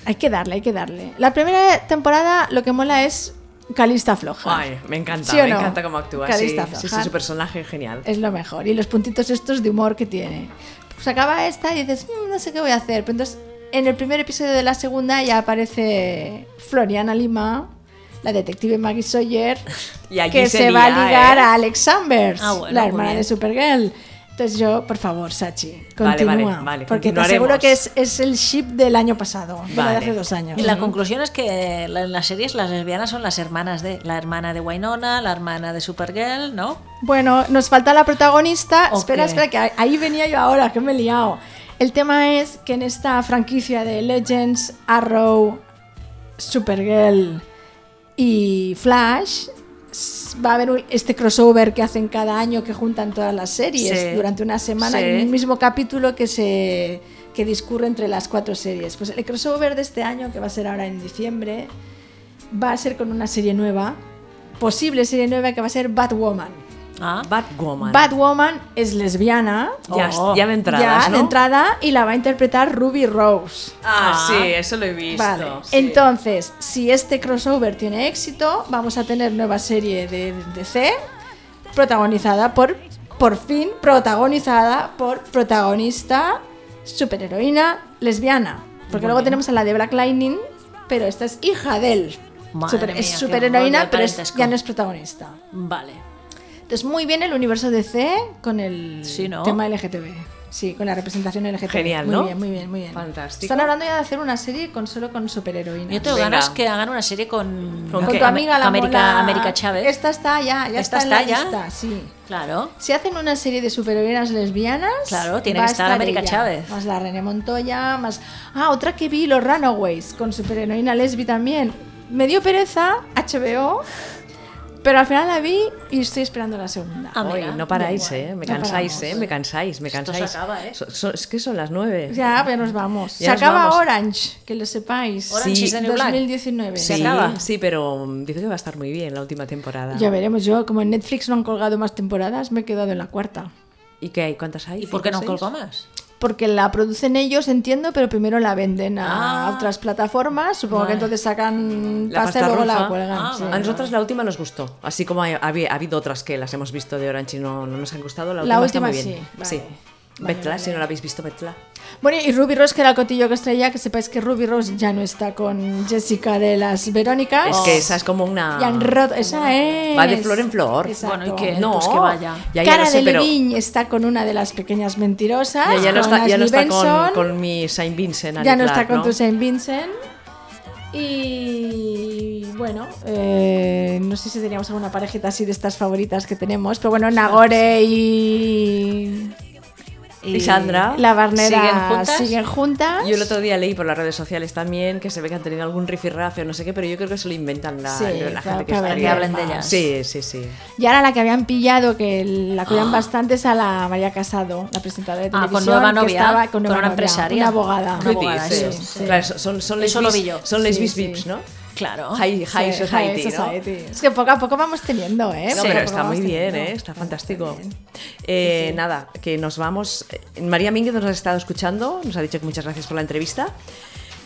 Hay que darle, hay que darle. La primera temporada lo que mola es Calista Floja.
Ay, me encanta,
¿Sí o
me
no?
encanta cómo actúa. Sí,
Calista
sí, sí,
Floja.
su personaje genial.
Es lo mejor. Y los puntitos estos de humor que tiene. Pues acaba esta y dices, "Mm, no sé qué voy a hacer. Pero entonces, en el primer episodio de la segunda ya aparece Floriana Lima, la detective Maggie Sawyer,
*laughs* Y allí
que
se
se, va a
lía,
ligar
¿eh?
a Alex Sanders,
Ah, bueno,
la
muy
hermana
bien.
de Supergirl. Entonces yo, por favor, Sachi,
Vale,
continúa.
vale, vale,
porque te
continuaremos.
aseguro que es, es el ship del año pasado, de la de
Vale.
hace dos años.
Y la conclusión es que la- en las series las lesbianas son las hermanas de la hermana de Winona, la hermana de Supergirl, ¿no?
Bueno, nos falta la protagonista.
Ok.
Espera, espera, que ahí- ahí venía yo ahora, que me he liado. El tema es que en esta franquicia de Legends, Arrow, Supergirl y Flash s- va a haber un- este crossover que hacen cada año que juntan todas las series
Sí.
durante una semana
Sí.
en un mismo capítulo que se que discurre entre las cuatro series. Pues el crossover de este año que va a ser ahora en diciembre va a ser con una serie nueva, posible serie nueva que va a ser Batwoman.
Ah,
Batwoman.
Batwoman es lesbiana.
ya,
Oh.
ya me entradas,
ya
¿no?
de entrada y la va a interpretar Ruby Rose.
Ah,
Ah.
sí, eso lo he visto.
Vale.
sí.
Entonces, si este crossover tiene éxito, vamos a tener nueva serie de DC protagonizada por por fin protagonizada por protagonista superheroína lesbiana, porque luego tenemos a la de Black Lightning, pero esta es hija de él.
Madre
Super-
mía,
es
qué rollo
superheroína,
de
pero es-
parentesco.
ya no es protagonista.
vale.
Entonces, muy bien el universo DC con el
Sí, ¿no?
tema LGTB. Sí, con la representación LGTB.
Genial,
muy
¿no?
Bien, muy bien, muy bien.
Fantástico.
Están hablando ya de hacer una serie con solo con superheroínas.
Yo tengo
Venga.
ganas que hagan una serie con,
Con
con
que
tu amiga la
América,
mola-
América Chávez.
Esta está ya, ya
Esta
está, en la
está ya.
lista, sí.
Claro.
Si hacen una serie de superheroínas lesbianas,
Claro, tiene
va
que
a
estar América
ella,
Chávez.
Más la René Montoya, más. Ah, otra que vi, los Runaways, con superheroína lesbi también. Me dio pereza, HBO, pero al final la vi y estoy esperando la segunda.
Ah,
Hoy
mira.
no paráis,
Venga.
¿eh? Me
No
cansáis,
paramos.
¿eh? Me cansáis, me
Esto se
cansáis.
acaba, ¿eh?
So- so- es que son las nueve.
Ya, ya nos vamos.
Ya
se
nos
acaba
vamos.
Orange, que lo sepáis.
Orange
Sí.
is the New Black.
2019.
Se
Sí,
acaba.
Sí, pero mm, dice que va a estar muy bien la última temporada.
Ya veremos, yo como en Netflix no han colgado más temporadas, me he quedado en la cuarta.
¿Y qué hay? ¿Cuántas hay?
¿Y por qué no
¿Cinco, seis?
colgó más?
Porque la producen ellos, entiendo, pero primero la venden a
Ah.
otras plataformas. Supongo
Vale.
que entonces sacan
La
pasta y
pasta
luego
roja.
la cuelgan.
Ah,
sí.
vale.
A nosotras la última nos gustó, así como ha, ha habi- ha habido otras que las hemos visto de Orange y no, no nos han gustado. La última,
La
está muy
última
bien. sí.
sí, vale. Vale,
Vedla, si
vale.
no la habéis visto, vedla.
Bueno, y Ruby Rose, que era el cotillo que os traía, que sepáis que Ruby Rose ya no está con Jessica de las Verónicas.
Es que esa es como una.
Ah, oh. Y han roto. Esa es.
Va de flor en flor.
Exacto.
Bueno, ¿y qué?
No,
Pues que vaya.
Ya, ya
Cara
lo sé,
de
pero.
Levine está con una de las pequeñas mentirosas.
Ya, ya no
con
está, ya no
Ashley
está con,
Benson.
con mi Saint Vincent.
ya
Ali
no está
Clark,
con tu Saint Vincent. Y bueno, eh, no sé si teníamos alguna parejita así de estas favoritas que tenemos, pero bueno, Nagore y
Y Sandra.
la Barnera
¿Siguen juntas?
siguen juntas.
Yo el otro día leí por las redes sociales también que se ve que han tenido algún rifirrafe o no sé qué, pero yo creo que se lo inventan la,
Sí,
la
claro,
gente que
que
está
hablan-
ahí.
que
hablan de ellas.
Sí, sí, sí.
Y ahora la que habían pillado, que la cuidan bastante, es a la María Casado, la presentadora de
Ah,
televisión.
con nueva
que
novia,
estaba
con
nueva
una
novia,
empresaria.
Una abogada.
Una
¿Qué
abogada,
dices?
sí, sí.
Claro, son, son
Eso lo
lesbis,
vi yo.
son
Sí,
lesbis
sí.
vips, ¿no?
Claro.
High, high
Sí,
society,
High
¿no?
Society. Es que poco a poco vamos teniendo, ¿eh?
No,
Poco a
pero
poco
está
vamos
muy bien,
teniendo.
¿eh? está fantástico.
bien.
Eh, Nada, que nos vamos. Eh, María Mínguez nos ha estado escuchando, nos ha dicho que muchas gracias por la entrevista.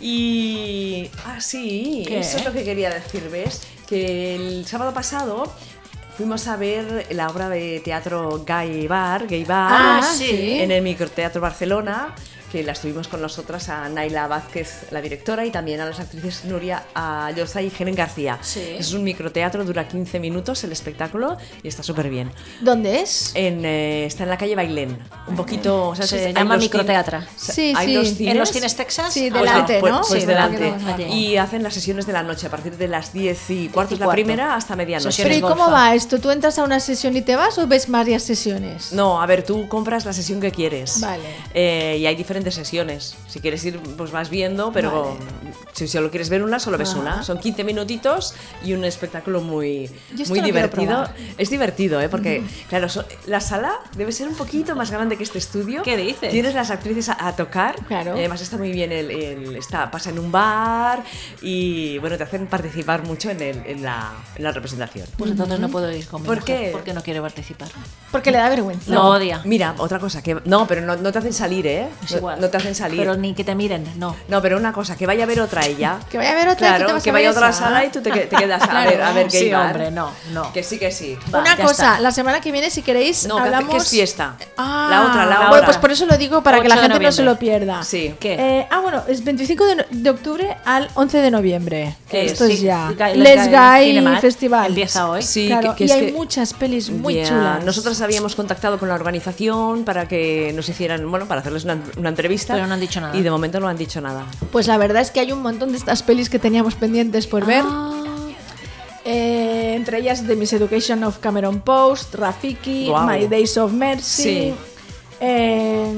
Y. Ah, sí,
¿Qué?
eso es lo que quería decir, ¿ves? Que el sábado pasado fuimos a ver la obra de teatro Gay Bar, Gay Bar
Ah, sí.
en el Microteatro Barcelona que las tuvimos con nosotras a Naila Vázquez, la directora, y también a las actrices Nuria Ayosa y Helen García.
Sí.
Es un microteatro, dura 15 minutos el espectáculo y está súper bien.
¿Dónde es?
En, eh, está en la calle Bailén, un poquito... o sea,
Se
es- hay
llama
los
microteatra.
cine-
Sí,
hay
sí.
los
En
cines-
los cines Texas,
Sí,
pues
delante,
pues-
¿no?
pues
Sí,
delante.
delante, delante.
Y hacen las sesiones de la noche a partir de las 10 y cuarto, es la
cuarto.
primera, hasta medianoche.
Pero ¿y
Golfa.
cómo va esto? ¿Tú entras a una sesión y te vas o ves varias sesiones?
No, a ver, tú compras la sesión que quieres.
Vale.
Eh, y hay diferentes sesiones. Si quieres ir, pues vas viendo, pero si solo quieres ver una, solo ves una. Son 15 minutitos y un espectáculo muy,
Yo esto
muy
lo quiero
divertido.
probar.
Es divertido, ¿eh? Porque, claro, so- la sala debe ser un poquito más grande que este estudio.
¿Qué dices?
Tienes las actrices a, a tocar.
Claro.
Y además está muy bien el... el- está, pasa en un bar y, bueno, te hacen participar mucho en, el- en la, en la representación.
Pues entonces no puedo ir con mi
¿Por
mujer,
qué?
Porque no quiere participar.
Porque le da vergüenza.
Lo odia.
Mira, otra cosa que... No, pero no, no te hacen salir, ¿eh?
Es
no,
igual.
no te hacen salir.
Pero ni que te miren, no.
No, pero una cosa, que vaya a ver otra ella.
*laughs* Que vaya a ver otra y tú
Claro,
te vas
que
a
vaya
ver
a otra
esa.
sala y tú te, que- te quedas
*laughs*
a ver, a ver qué
sí,
iba.
hombre, no, no.
Que sí, que sí.
Va,
una
ya
cosa,
está.
la semana que viene, si queréis,
No, que-
Pues hablamos...
que es fiesta.
Ah,
La otra, la
Bueno,
otra.
pues por eso lo digo, para que la
8 de
gente no se lo
noviembre.
pierda.
Sí.
¿Qué?
Eh, ah, bueno, es 25 de, no- de octubre al 11 de noviembre.
¿Qué
Esto
es?
es
Sí,
ya.
Guy-
Les
Guy
Guy
Cinemat
Festival.
empieza hoy.
Sí,
Claro,
que- que
y
es
hay
que-
muchas pelis muy
Ya,
chulas.
Nosotras habíamos contactado con la organización para que nos hicieran, bueno, para hacerles una, una entrevista.
Pero no han dicho nada.
Y de momento no han dicho nada.
Pues la verdad es que hay un montón de estas pelis que teníamos pendientes por ver.
Ah.
Eh, entre ellas The Miseducation of Cameron Post, Rafiki,
Guau.
My Days of Mercy,
Sí.
eh,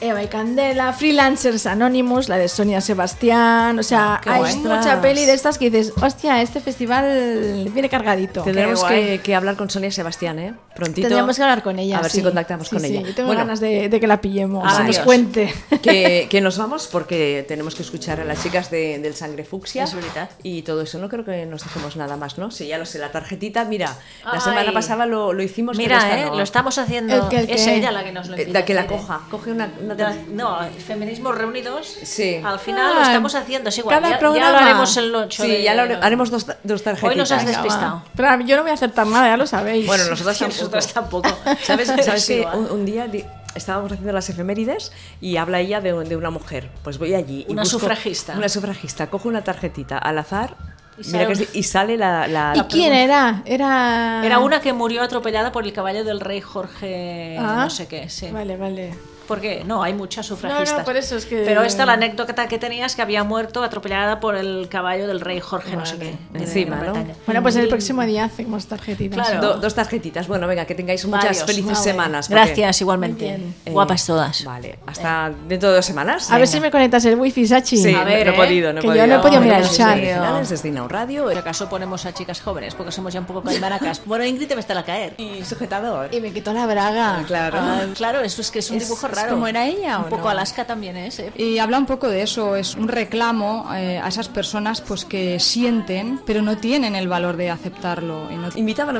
Eva y Candela, Freelancers Anonymous, la de Sonia Sebastián. O sea,
Ah, Qué
hay
ostras.
mucha peli de estas que dices, hostia, este festival viene cargadito.
Tendremos
guay.
que, que hablar con Sonia Sebastián, ¿eh? Prontito.
Tendríamos que hablar con ella.
A ver
sí.
si contactamos
Sí,
con
sí,
ella.
Yo tengo
Bueno,
ganas de, de que la pillemos, que nos
Adiós.
cuente.
que, que nos vamos porque tenemos que escuchar a las chicas de- del Sangre Fucsia.
Es verdad.
Y todo eso, no creo que nos dejemos nada más, ¿no? Sí, ya lo sé, la tarjetita, mira, la semana
Ay.
pasada lo, lo hicimos. pero
Mira,
esta
eh,
no.
lo estamos haciendo.
El que- el
es
que-
ella la que nos lo
Eh,
impide.
da que la coja, coge una... una
De la- no, feminismos reunidos.
Sí.
Al final lo
Ah,
estamos haciendo, es igual.
cada
ya, ya lo
programa.
haremos el 8
sí,
de-
ya lo hare- haremos dos, ta- dos tarjetitas.
Hoy nos
*laughs*
has
Venga,
despistado.
va.
Pero a mí- yo no voy a aceptar nada, ya lo sabéis.
Bueno, nosotras
Sí,
tampoco.
nosotras tampoco.
¿Sabes, sabes
Es
que
igual.
un, un día di- estábamos haciendo las efemérides y habla ella de, un- de una mujer? Pues voy allí. y
Una
busco-
sufragista.
Una sufragista. Cojo una tarjetita al azar
Y
mira
sale
que
un-
sí, y sale la... la-
¿Y
la
quién era? Era. Ah.
Era una que murió atropellada por el caballo del rey Jorge.
Ah.
No sé qué, sí.
Vale, vale.
Porque no, hay muchas sufragistas.
No, no, por eso es que-
Pero esta la anécdota que tenías que había muerto atropellada por el caballo del rey Jorge, no sé qué. de
Encima,
Gran
¿no?
Bretaña.
Bueno, pues el próximo día hacemos tarjetitas.
Claro.
Do- dos tarjetitas. Bueno, venga, que tengáis muchas
Varios. Ah,
felices
Vale.
semanas. porque-
Gracias, igualmente.
Eh,
Guapas todas.
Vale, hasta dentro de dos semanas.
A ver si me conectas el wifi, Sachi.
Sí,
A ver,
no he
eh,
podido, no he
que yo
podido.
no he podido mirar el
Los
chat.
originales desde Inau Radio
Por acaso ponemos a chicas jóvenes, porque somos ya un poco calmaracas. Bueno, Ingrid te va a estar a caer.
y sujetador.
Y me quitó la braga.
Claro.
Ah, claro, eso es que es un dibujo
es
raro.
como era ella,
Un
¿o
poco
no?
Alaska también es, ¿eh?
Y habla un poco de eso, es un reclamo eh, a esas personas pues que sienten, pero no tienen el valor de aceptarlo. y no-
Invitaba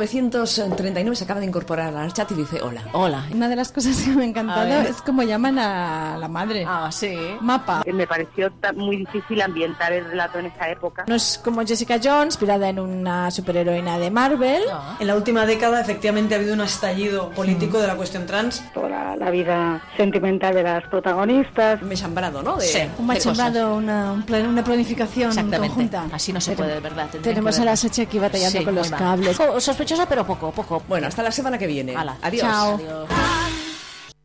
939, se acaba de incorporar al chat y dice hola.
Hola.
Una de las cosas
*laughs*
que me ha encantado
A ver.
es como llaman a la madre.
Ah, sí.
Mapa.
Eh, Me pareció ta- muy difícil ambientar el relato en esa época.
No es como Jessica Jones, inspirada en una superheroína de Marvel.
En la última década, efectivamente, ha habido un estallido político de la cuestión trans.
Toda la vida sentimental de las protagonistas.
Me he chambrado, ¿no? De-
Sí.
Un
qué cosas.
machembrado, una, un plan- una planificación
Exactamente.
conjunta.
Así no se puede, de verdad. tendrían
Tenemos
que
a la
verlo.
Sachi aquí batallando
Sí,
con los
muy mal.
cables.
Jo- Sospechosa, pero poco, poco.
Bueno, hasta la semana que viene.
Hala.
Adiós.
Chao.
Adiós.